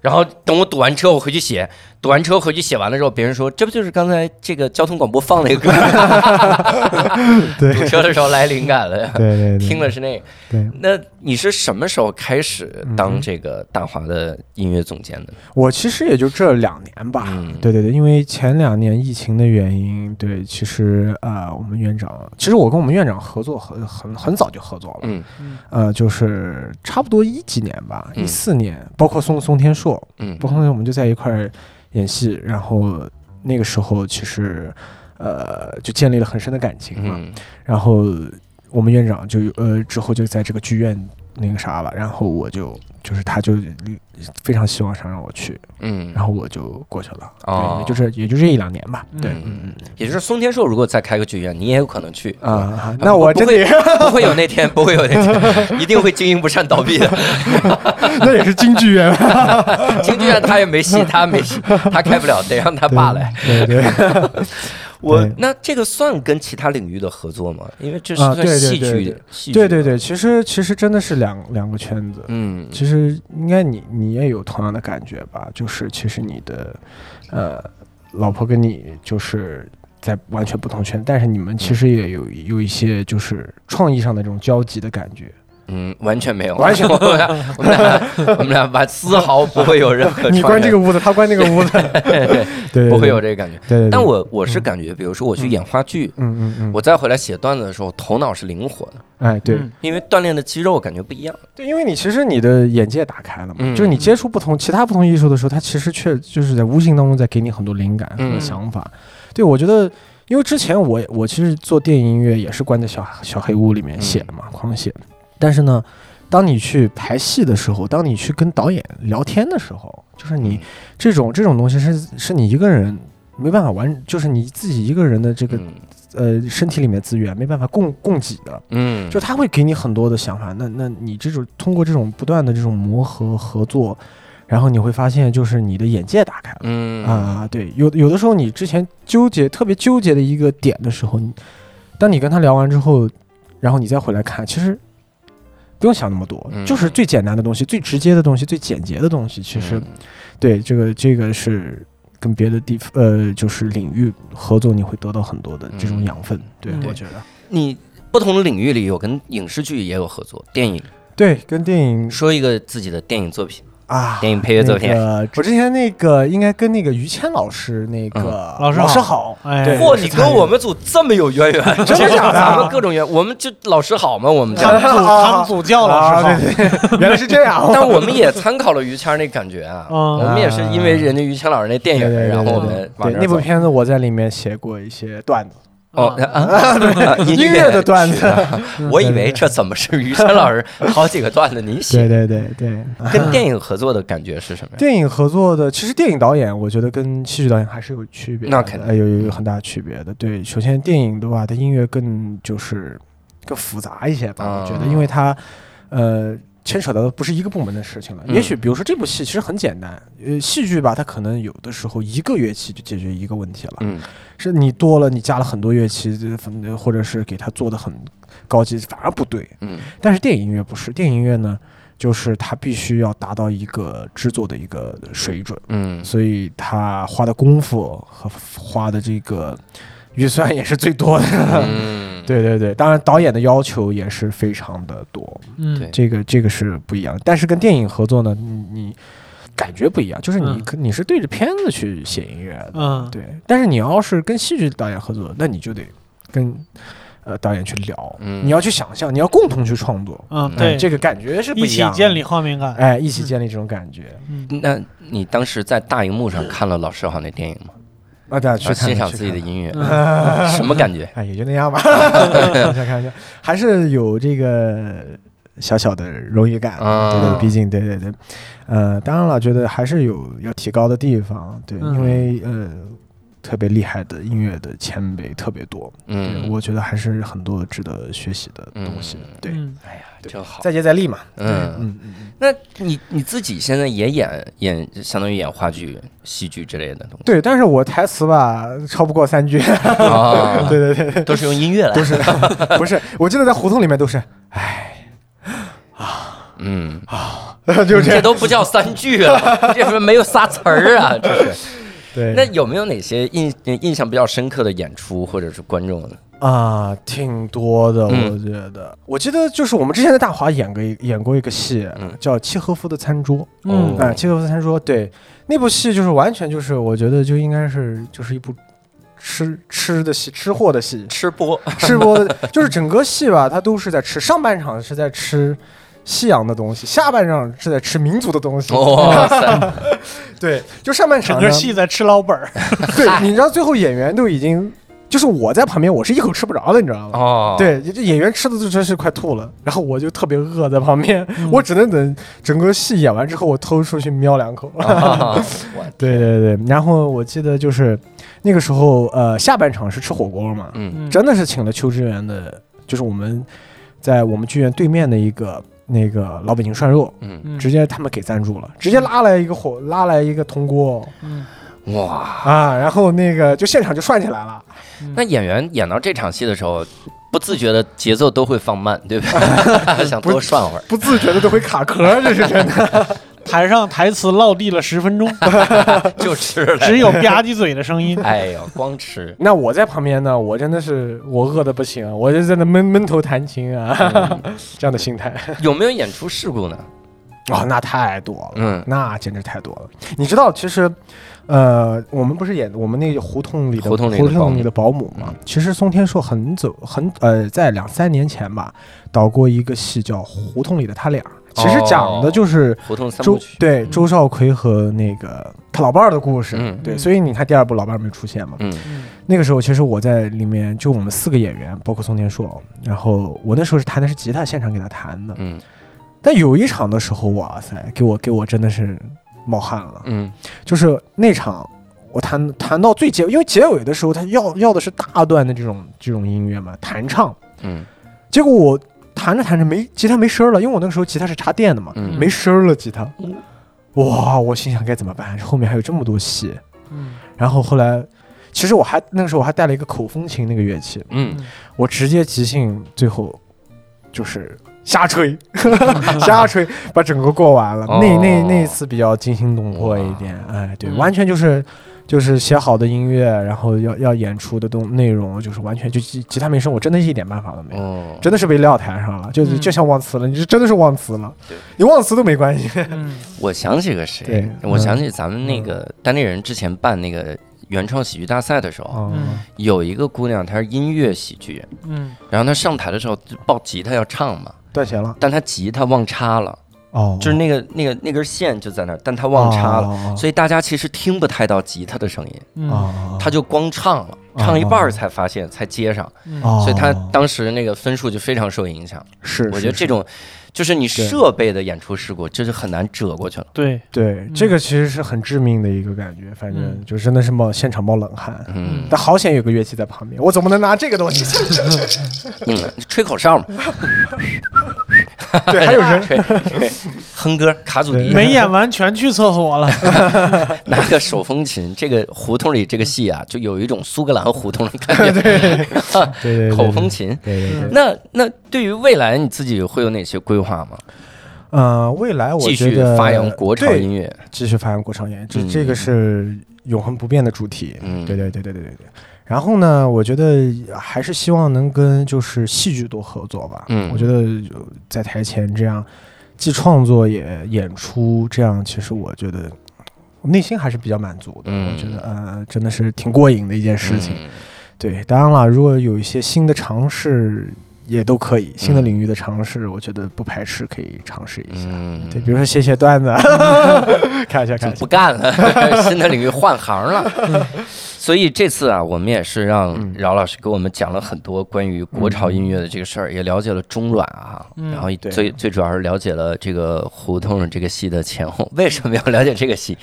[SPEAKER 1] 然后等我堵完车，我回去写，堵完车回去写完了之后，别人说这不就是刚才这个交通广播放那个歌吗？
[SPEAKER 3] 对
[SPEAKER 1] 堵车的时候来灵感了呀。
[SPEAKER 3] 对 对
[SPEAKER 1] 听的是那个，
[SPEAKER 3] 对
[SPEAKER 1] 那你是什么时候开始当这个大华的音乐总监的？
[SPEAKER 3] 我其实也就这两年吧。
[SPEAKER 1] 嗯
[SPEAKER 3] 对对对，因为前两年疫情的原因，对，其实啊、呃我们院长，其实我跟我们院长合作很很很早就合作了，
[SPEAKER 1] 嗯
[SPEAKER 3] 呃，就是差不多一几年吧，
[SPEAKER 1] 嗯
[SPEAKER 3] 一四年，包括宋宋天硕，
[SPEAKER 1] 嗯
[SPEAKER 3] 包括我们就在一块儿演戏，然后那个时候其实呃就建立了很深的感情嘛，
[SPEAKER 1] 嗯
[SPEAKER 3] 然后我们院长就呃之后就在这个剧院那个啥了，然后我就就是他就非常希望想让我去，
[SPEAKER 1] 嗯，
[SPEAKER 3] 然后我就过去了，
[SPEAKER 1] 哦
[SPEAKER 3] 对，也就是也就这一两年吧，对，
[SPEAKER 1] 嗯
[SPEAKER 3] 嗯嗯
[SPEAKER 1] 也就是松天硕如果再开个剧院，你也有可能去
[SPEAKER 3] 啊，啊，那我
[SPEAKER 1] 不
[SPEAKER 3] 真
[SPEAKER 1] 会
[SPEAKER 3] 得，
[SPEAKER 1] 不会有那天，不会有那天，一定会经营不善倒闭的。
[SPEAKER 3] 那也是京
[SPEAKER 2] 嗯
[SPEAKER 3] 剧院，
[SPEAKER 1] 京剧院他也没戏，他没戏，他开不了，得让他爸来。
[SPEAKER 3] 对对
[SPEAKER 1] 我
[SPEAKER 3] 对
[SPEAKER 1] 那这个算跟其他领域的合作吗？因为这是
[SPEAKER 3] 啊
[SPEAKER 1] 算
[SPEAKER 3] 对对
[SPEAKER 1] 戏
[SPEAKER 3] 对
[SPEAKER 1] 剧
[SPEAKER 3] 对，
[SPEAKER 1] 戏剧
[SPEAKER 3] 对
[SPEAKER 1] 的
[SPEAKER 3] 对，对，其实其实真的是两两个圈子，
[SPEAKER 1] 嗯
[SPEAKER 3] 其实应该你你也有同样的感觉吧，就是其实你的呃老婆跟你就是在完全不同圈，但是你
[SPEAKER 1] 嗯
[SPEAKER 3] 们其实也有有一些就是创意上的这种交集的感觉。
[SPEAKER 1] 嗯，完全没有，
[SPEAKER 3] 完 全
[SPEAKER 1] 我们俩我们俩我们俩完丝毫不会有任 何
[SPEAKER 3] 你关这
[SPEAKER 1] 个
[SPEAKER 3] 个屋子，他关那个屋子，对，
[SPEAKER 1] 不会有这
[SPEAKER 3] 这。
[SPEAKER 1] 个感觉。
[SPEAKER 3] 对对对，
[SPEAKER 1] 但我我是感觉，比如说我去演话剧，
[SPEAKER 3] 嗯嗯嗯，
[SPEAKER 1] 我再回来写段子的时候，头脑是灵活的，
[SPEAKER 3] 哎对
[SPEAKER 2] 嗯
[SPEAKER 1] 因为锻炼的肌肉感觉不一样。
[SPEAKER 3] 对，因为你其实你的眼界打开了嘛，
[SPEAKER 1] 嗯
[SPEAKER 3] 就是你接触不同其他不同艺术的时候，它其实却就是在无形当中在给你很多灵感
[SPEAKER 1] 嗯
[SPEAKER 3] 和想法。对，我觉得，因为之前我我其实做电影音乐也是关在小小黑屋里
[SPEAKER 1] 嗯
[SPEAKER 3] 面写嘛，狂写。但是呢，当你去排戏的时候，当你去跟导演聊天的时候，就是你
[SPEAKER 1] 嗯
[SPEAKER 3] 这种这种东西是是你一个人。没办法完，就是你自己一个人的这个
[SPEAKER 1] 嗯
[SPEAKER 3] 呃身体里面资源没办法供供给的，
[SPEAKER 1] 嗯，
[SPEAKER 3] 就他会给你很多的想法。那那你这种通过这种不断的这种磨合合作，然后你会发现，就是你的眼界打开了
[SPEAKER 1] 嗯
[SPEAKER 3] 啊、对，有有的时候你之前纠结特别纠结的一个点的时候，你当你跟他聊完之后，然后你再回来看，其实不用想那么多，
[SPEAKER 1] 嗯
[SPEAKER 3] 就是最简单的东西、最直接的东西、最简洁的东西，其实、
[SPEAKER 1] 嗯
[SPEAKER 3] 对这个这个是。跟别的地方，呃，就是领域合作，你会得到很多的这种
[SPEAKER 1] 嗯
[SPEAKER 3] 养分。对，
[SPEAKER 2] 嗯
[SPEAKER 3] 我觉得，
[SPEAKER 1] 你不同的领域里有跟影视剧也有合作，电影
[SPEAKER 3] 对，跟电影
[SPEAKER 1] 说一个自己的电影作品，
[SPEAKER 3] 啊，
[SPEAKER 1] 电影配乐作品
[SPEAKER 3] 那，个我之前那个应该跟那个于谦老师那个、
[SPEAKER 2] 老师
[SPEAKER 3] 老师
[SPEAKER 2] 好
[SPEAKER 3] 好，
[SPEAKER 2] 哎
[SPEAKER 3] 对
[SPEAKER 1] 嚯，你跟我们组这么有 渊源，真的咱们各种渊，我们就老师好嘛，我们
[SPEAKER 2] 他
[SPEAKER 1] 家
[SPEAKER 2] 们。组他们组叫老师
[SPEAKER 3] 啊
[SPEAKER 2] 好，
[SPEAKER 3] 对对对原来是这样啊，
[SPEAKER 1] 但我们也参考了于谦那感觉啊，
[SPEAKER 2] 嗯
[SPEAKER 1] 我们也是因为人家于谦老师那电
[SPEAKER 3] 对哦对
[SPEAKER 1] 影，
[SPEAKER 3] 对
[SPEAKER 1] 然后我
[SPEAKER 3] 对
[SPEAKER 1] 们往
[SPEAKER 3] 对
[SPEAKER 1] 这
[SPEAKER 3] 那部
[SPEAKER 1] 走
[SPEAKER 3] 片子我在里面写过一些段子，
[SPEAKER 1] 哦 啊，
[SPEAKER 3] 音乐的段子
[SPEAKER 1] 是啊我以为这怎么是于谦老师好几个段子你写，
[SPEAKER 3] 对对对。
[SPEAKER 1] 跟电影合作的感觉是什么呀？
[SPEAKER 3] 电影合作的，其实电影导演，我觉得跟戏剧导演还是有区别的，
[SPEAKER 1] 那肯定
[SPEAKER 3] 呃有有有很大区别的。对，首先电影的话，它音乐更就是更复杂一些吧，
[SPEAKER 1] 啊
[SPEAKER 3] 我觉得，因为它呃牵扯到的不是一个部门的事情了。
[SPEAKER 1] 嗯
[SPEAKER 3] 也许比如说这部戏其实很简单，呃，戏剧吧，它可能有的时候一个乐器就解决一个问题了，
[SPEAKER 1] 嗯
[SPEAKER 3] 是你多了，你加了很多乐器，呃或者是给它做的很高级，反而不对。
[SPEAKER 1] 嗯
[SPEAKER 3] 但是电影音乐不是，电影音乐呢，就是它必须要达到一个制作的一个水准，
[SPEAKER 1] 嗯
[SPEAKER 3] 所以它花的功夫和花的这个预算也是最多 的。
[SPEAKER 1] 嗯，
[SPEAKER 3] 对对对，当然导演的要求也是非常的多，
[SPEAKER 2] 嗯
[SPEAKER 1] 对，
[SPEAKER 3] 这个这个是不一样。但是跟电影合作呢，你你感觉不一样，就是你
[SPEAKER 2] 嗯
[SPEAKER 3] 可、你是对着片子去写音乐的，
[SPEAKER 2] 嗯，
[SPEAKER 3] 对。但是你要是跟戏剧导演合作，那你就得跟呃导演去聊，
[SPEAKER 1] 嗯
[SPEAKER 3] 你要去想象，你要共同去创作。
[SPEAKER 2] 嗯，
[SPEAKER 3] 哎
[SPEAKER 2] 对，
[SPEAKER 3] 这个感觉是不
[SPEAKER 2] 一
[SPEAKER 3] 一
[SPEAKER 2] 起
[SPEAKER 3] 样的啊
[SPEAKER 2] 建立，画面感，
[SPEAKER 3] 哎，一起建立这种感觉
[SPEAKER 2] 嗯，
[SPEAKER 1] 那你当时在大荧幕上看了老师好那电影吗？
[SPEAKER 3] 啊！对啊，
[SPEAKER 1] 然后
[SPEAKER 3] 去看
[SPEAKER 1] 欣赏
[SPEAKER 3] 去
[SPEAKER 1] 自己的
[SPEAKER 3] 看
[SPEAKER 1] 音乐，
[SPEAKER 2] 嗯
[SPEAKER 1] 什么感 觉？
[SPEAKER 3] 哎，也就 那样吧，开玩笑，开玩笑，还是有这个小小的荣誉感，
[SPEAKER 1] 啊
[SPEAKER 3] 对对，毕竟对对对，呃，当然了，觉得还是有要提高的地方，对，
[SPEAKER 2] 嗯
[SPEAKER 3] 因为呃，特别厉害的音乐的前辈特别多，
[SPEAKER 1] 嗯，
[SPEAKER 3] 我觉得还是很多值得学习的东西的
[SPEAKER 1] 嗯。
[SPEAKER 3] 对，
[SPEAKER 2] 嗯
[SPEAKER 1] 哎呀，真好。
[SPEAKER 3] 再接再厉嘛。
[SPEAKER 1] 嗯，
[SPEAKER 3] 嗯嗯，嗯
[SPEAKER 1] 那你你自己现在也演演，相当于演话剧、戏剧之类的东西
[SPEAKER 3] 对，但是我台词吧超不过三句。
[SPEAKER 1] 啊，
[SPEAKER 3] 对对对对，
[SPEAKER 1] 都是用音乐来，
[SPEAKER 3] 都是不是？我记得在胡同里面都是，哎，
[SPEAKER 1] 嗯，
[SPEAKER 3] 就是这
[SPEAKER 1] 这
[SPEAKER 2] 嗯
[SPEAKER 3] 样。
[SPEAKER 1] 都不叫三句 了，这是没有仨词儿啊，这是。
[SPEAKER 3] 对，
[SPEAKER 1] 那有没有哪些印印象比较深刻的演出或者是观众呢？
[SPEAKER 3] 啊，挺多的，
[SPEAKER 1] 嗯
[SPEAKER 3] 我觉得。我记得就是我们之前在大华演过一演过一个戏
[SPEAKER 1] 嗯，，
[SPEAKER 3] 叫《契诃夫的餐桌》。
[SPEAKER 2] 嗯
[SPEAKER 3] 啊，《契诃夫的餐桌》对，那部戏就是完全就是，我觉得就应该是就是一部吃吃的戏，吃货的戏
[SPEAKER 1] 吃播，
[SPEAKER 3] 吃播的，就是整个戏吧，它都是在吃。上半场是在吃西洋的东西，下半场是在吃民族的东西。
[SPEAKER 1] 哇 塞，
[SPEAKER 3] 对，就上半
[SPEAKER 2] 哦整
[SPEAKER 3] 场
[SPEAKER 2] 个
[SPEAKER 3] 呢
[SPEAKER 2] 戏在吃老本儿，
[SPEAKER 1] 哎
[SPEAKER 3] 对，你知道最后演员都已经，就是我在旁边，我是一口吃不着的，你知道吗？
[SPEAKER 1] 哦，
[SPEAKER 3] 对，这演员吃的都真是快吐了，然后我就特别饿在旁边，
[SPEAKER 1] 嗯
[SPEAKER 3] 我只能等整个戏演完之后，我偷出去瞄两口。
[SPEAKER 1] 啊，我
[SPEAKER 3] 对对对，然后我记得就是那个时候，呃，下半场是吃火锅嘛，
[SPEAKER 1] 嗯
[SPEAKER 2] 嗯
[SPEAKER 3] 真的是请了邱志远的，就是我们在我们剧院对面的一个那个老北京涮肉，
[SPEAKER 1] 嗯，
[SPEAKER 2] 嗯
[SPEAKER 3] 直接他们给赞助了，直接拉来一个火，拉来一个铜锅
[SPEAKER 2] 嗯
[SPEAKER 1] 哇，
[SPEAKER 3] 啊，然后那个就现场就涮起来了。
[SPEAKER 1] 那演员演到这场戏的时候，不自觉的节奏都会放慢，对 吧？想多涮会儿，
[SPEAKER 3] 不自觉的都会卡壳， 这是真的。。
[SPEAKER 2] 台上台词落地了十分钟，
[SPEAKER 1] 就吃了，
[SPEAKER 2] 只有吧唧嘴的声音。
[SPEAKER 1] 哎呦，光吃
[SPEAKER 3] 那我在旁边呢，我真的是我饿的不行，我就在那闷闷头弹琴啊，
[SPEAKER 1] 嗯
[SPEAKER 3] 这样的心态
[SPEAKER 1] 有没有演出事故呢？
[SPEAKER 3] 哦，那太多了，
[SPEAKER 1] 嗯
[SPEAKER 3] 那简直太多了。你知道，其实，呃，我们不是演我们那个胡同里的
[SPEAKER 1] 胡同里的保姆
[SPEAKER 3] 里的保姆嗯嘛？其实松天硕很早很呃，在两三年前吧，导过一个戏叫《胡同里的他俩》，其实讲的就是
[SPEAKER 1] 胡同三
[SPEAKER 3] 周、
[SPEAKER 1] 部曲，
[SPEAKER 3] 对周少奎和那个他老伴儿的故事。
[SPEAKER 1] 嗯
[SPEAKER 3] 对，
[SPEAKER 2] 嗯
[SPEAKER 3] 所以你看第二部老伴儿没出现嘛？
[SPEAKER 1] 嗯
[SPEAKER 2] 嗯
[SPEAKER 3] 那个时候其实我在里面就我们四个演员，包括宋天硕，然后我那时候是弹的是吉他，现场给他弹的。
[SPEAKER 1] 嗯
[SPEAKER 3] 但有一场的时候，哇塞，给我给我真的是冒汗了，
[SPEAKER 1] 嗯
[SPEAKER 3] 就是那场。我弹弹到最结，因为结尾的时候他要要的是大段的这种这种音乐嘛，弹唱。
[SPEAKER 1] 嗯
[SPEAKER 3] 结果我弹着弹着没吉他没声儿了，因为我那个时候吉他是插电的嘛，
[SPEAKER 1] 嗯，
[SPEAKER 3] 没声儿了吉他
[SPEAKER 2] 嗯。
[SPEAKER 3] 哇，我心想该怎么办？后面还有这么多戏。
[SPEAKER 2] 嗯
[SPEAKER 3] 然后后来，其实我还那个时候我还带了一个口风琴那个乐器，
[SPEAKER 1] 嗯
[SPEAKER 3] 我直接即兴，最后就是瞎 吹，瞎吹，把整个过完了。那那
[SPEAKER 1] 哦
[SPEAKER 3] 那一次比较惊心动魄一点，哎，对，
[SPEAKER 2] 嗯
[SPEAKER 3] 完全就是就是写好的音乐，然后要要演出的东内容，就是完全就吉吉他没声，我真的一点办法都没有。
[SPEAKER 1] 哦，
[SPEAKER 3] 嗯真的是被撂台上了，就
[SPEAKER 2] 嗯
[SPEAKER 3] 就像忘词了，你就真的是忘词了
[SPEAKER 1] 对，
[SPEAKER 3] 你忘词都没关系。
[SPEAKER 2] 嗯
[SPEAKER 1] 我想起个谁
[SPEAKER 3] 对，
[SPEAKER 1] 我
[SPEAKER 3] 嗯
[SPEAKER 1] 想起咱们那个单立人之前办那个原创喜剧大赛的时候，
[SPEAKER 3] 嗯
[SPEAKER 1] 有一个姑娘她是音乐喜剧，
[SPEAKER 2] 嗯
[SPEAKER 1] 然后她上台的时候就抱吉他要唱嘛，
[SPEAKER 3] 断弦了，
[SPEAKER 1] 但她吉他忘插了，
[SPEAKER 3] 哦，
[SPEAKER 1] 就是那个那个那根线就在那儿，但她忘插了，
[SPEAKER 3] 了
[SPEAKER 1] 所以大家其实听不太到吉他的声音，
[SPEAKER 2] 嗯
[SPEAKER 3] 啊，
[SPEAKER 1] 她就光唱了，唱一半儿才发现才接上，
[SPEAKER 2] 嗯
[SPEAKER 3] 哦，
[SPEAKER 1] 所以她当时那个分数就非常受影响。
[SPEAKER 3] 是，
[SPEAKER 1] 我
[SPEAKER 3] 是
[SPEAKER 1] 觉得这
[SPEAKER 3] 是
[SPEAKER 1] 种就是你设备的演出事故，这是很难遮过去了。
[SPEAKER 2] 对，
[SPEAKER 3] 对，这个其实是很致命的一个感觉，反正
[SPEAKER 2] 嗯
[SPEAKER 3] 就真的是冒现场冒冷汗。
[SPEAKER 1] 嗯，
[SPEAKER 3] 但好险有个乐器在旁边，我总不能拿这个东西。
[SPEAKER 1] 嗯吹口哨嘛，
[SPEAKER 3] 对，还有人
[SPEAKER 1] 吹吹哼歌、卡祖笛，
[SPEAKER 2] 没演完全去厕所了。
[SPEAKER 1] 拿个手风琴。这个胡同里这个戏啊，就有一种苏格兰胡同的感觉，
[SPEAKER 3] 对对对
[SPEAKER 1] 口风琴。
[SPEAKER 3] 对对对。
[SPEAKER 1] 那那对于未来你自己会有哪些规划吗？
[SPEAKER 3] 呃，未来我
[SPEAKER 1] 继
[SPEAKER 3] 觉
[SPEAKER 1] 续
[SPEAKER 3] 得
[SPEAKER 1] 发扬国潮
[SPEAKER 3] 对
[SPEAKER 1] 音乐，
[SPEAKER 3] 继续发扬国潮音乐，这
[SPEAKER 1] 嗯
[SPEAKER 3] 这个是永恒不变的主题。
[SPEAKER 1] 嗯
[SPEAKER 3] 对对对对对对对。然后呢，我觉得还是希望能跟就是戏剧多合作吧。
[SPEAKER 1] 嗯
[SPEAKER 3] 我觉得有在台前这样，既创作也演出，这样其实我觉得我内心还是比较满足的。
[SPEAKER 1] 嗯
[SPEAKER 3] 我觉得呃，真的是挺过瘾的一件事情。
[SPEAKER 1] 嗯
[SPEAKER 3] 对，当然了，如果有一些新的尝试，也都可以，新的领域的尝试，我觉得不排斥，可以尝试一下。
[SPEAKER 1] 嗯，
[SPEAKER 3] 对，比如说写写 段子，开玩笑，开玩
[SPEAKER 1] 不
[SPEAKER 3] 笑。
[SPEAKER 1] 干了， 新的领域换行了。 所以这次啊，我们也是让
[SPEAKER 3] 嗯
[SPEAKER 1] 饶老师给我们讲了很多关于国潮音乐的这个事儿，也了解了中软啊，
[SPEAKER 2] 嗯
[SPEAKER 1] 然后
[SPEAKER 3] 对
[SPEAKER 1] 最最主要是了解了这个胡同这个戏的前后，为什么要了解这个戏？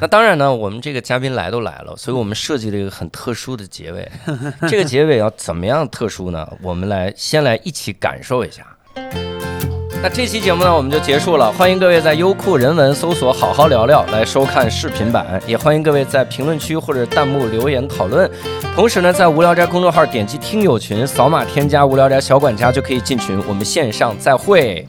[SPEAKER 1] 那当然呢，我们这个嘉宾来都来了，所以我们设计了一个很特殊的结尾。这个结尾要怎么样特殊呢？我们来先来一起感受一下。那这期节目呢，我们就结束了。欢迎各位在优酷人文搜索“好好聊聊”来收看视频版，也欢迎各位在评论区或者弹幕留言讨论。同时呢，在无聊斋公众号点击听友群，扫码添加无聊斋小管家就可以进群。我们线上再会。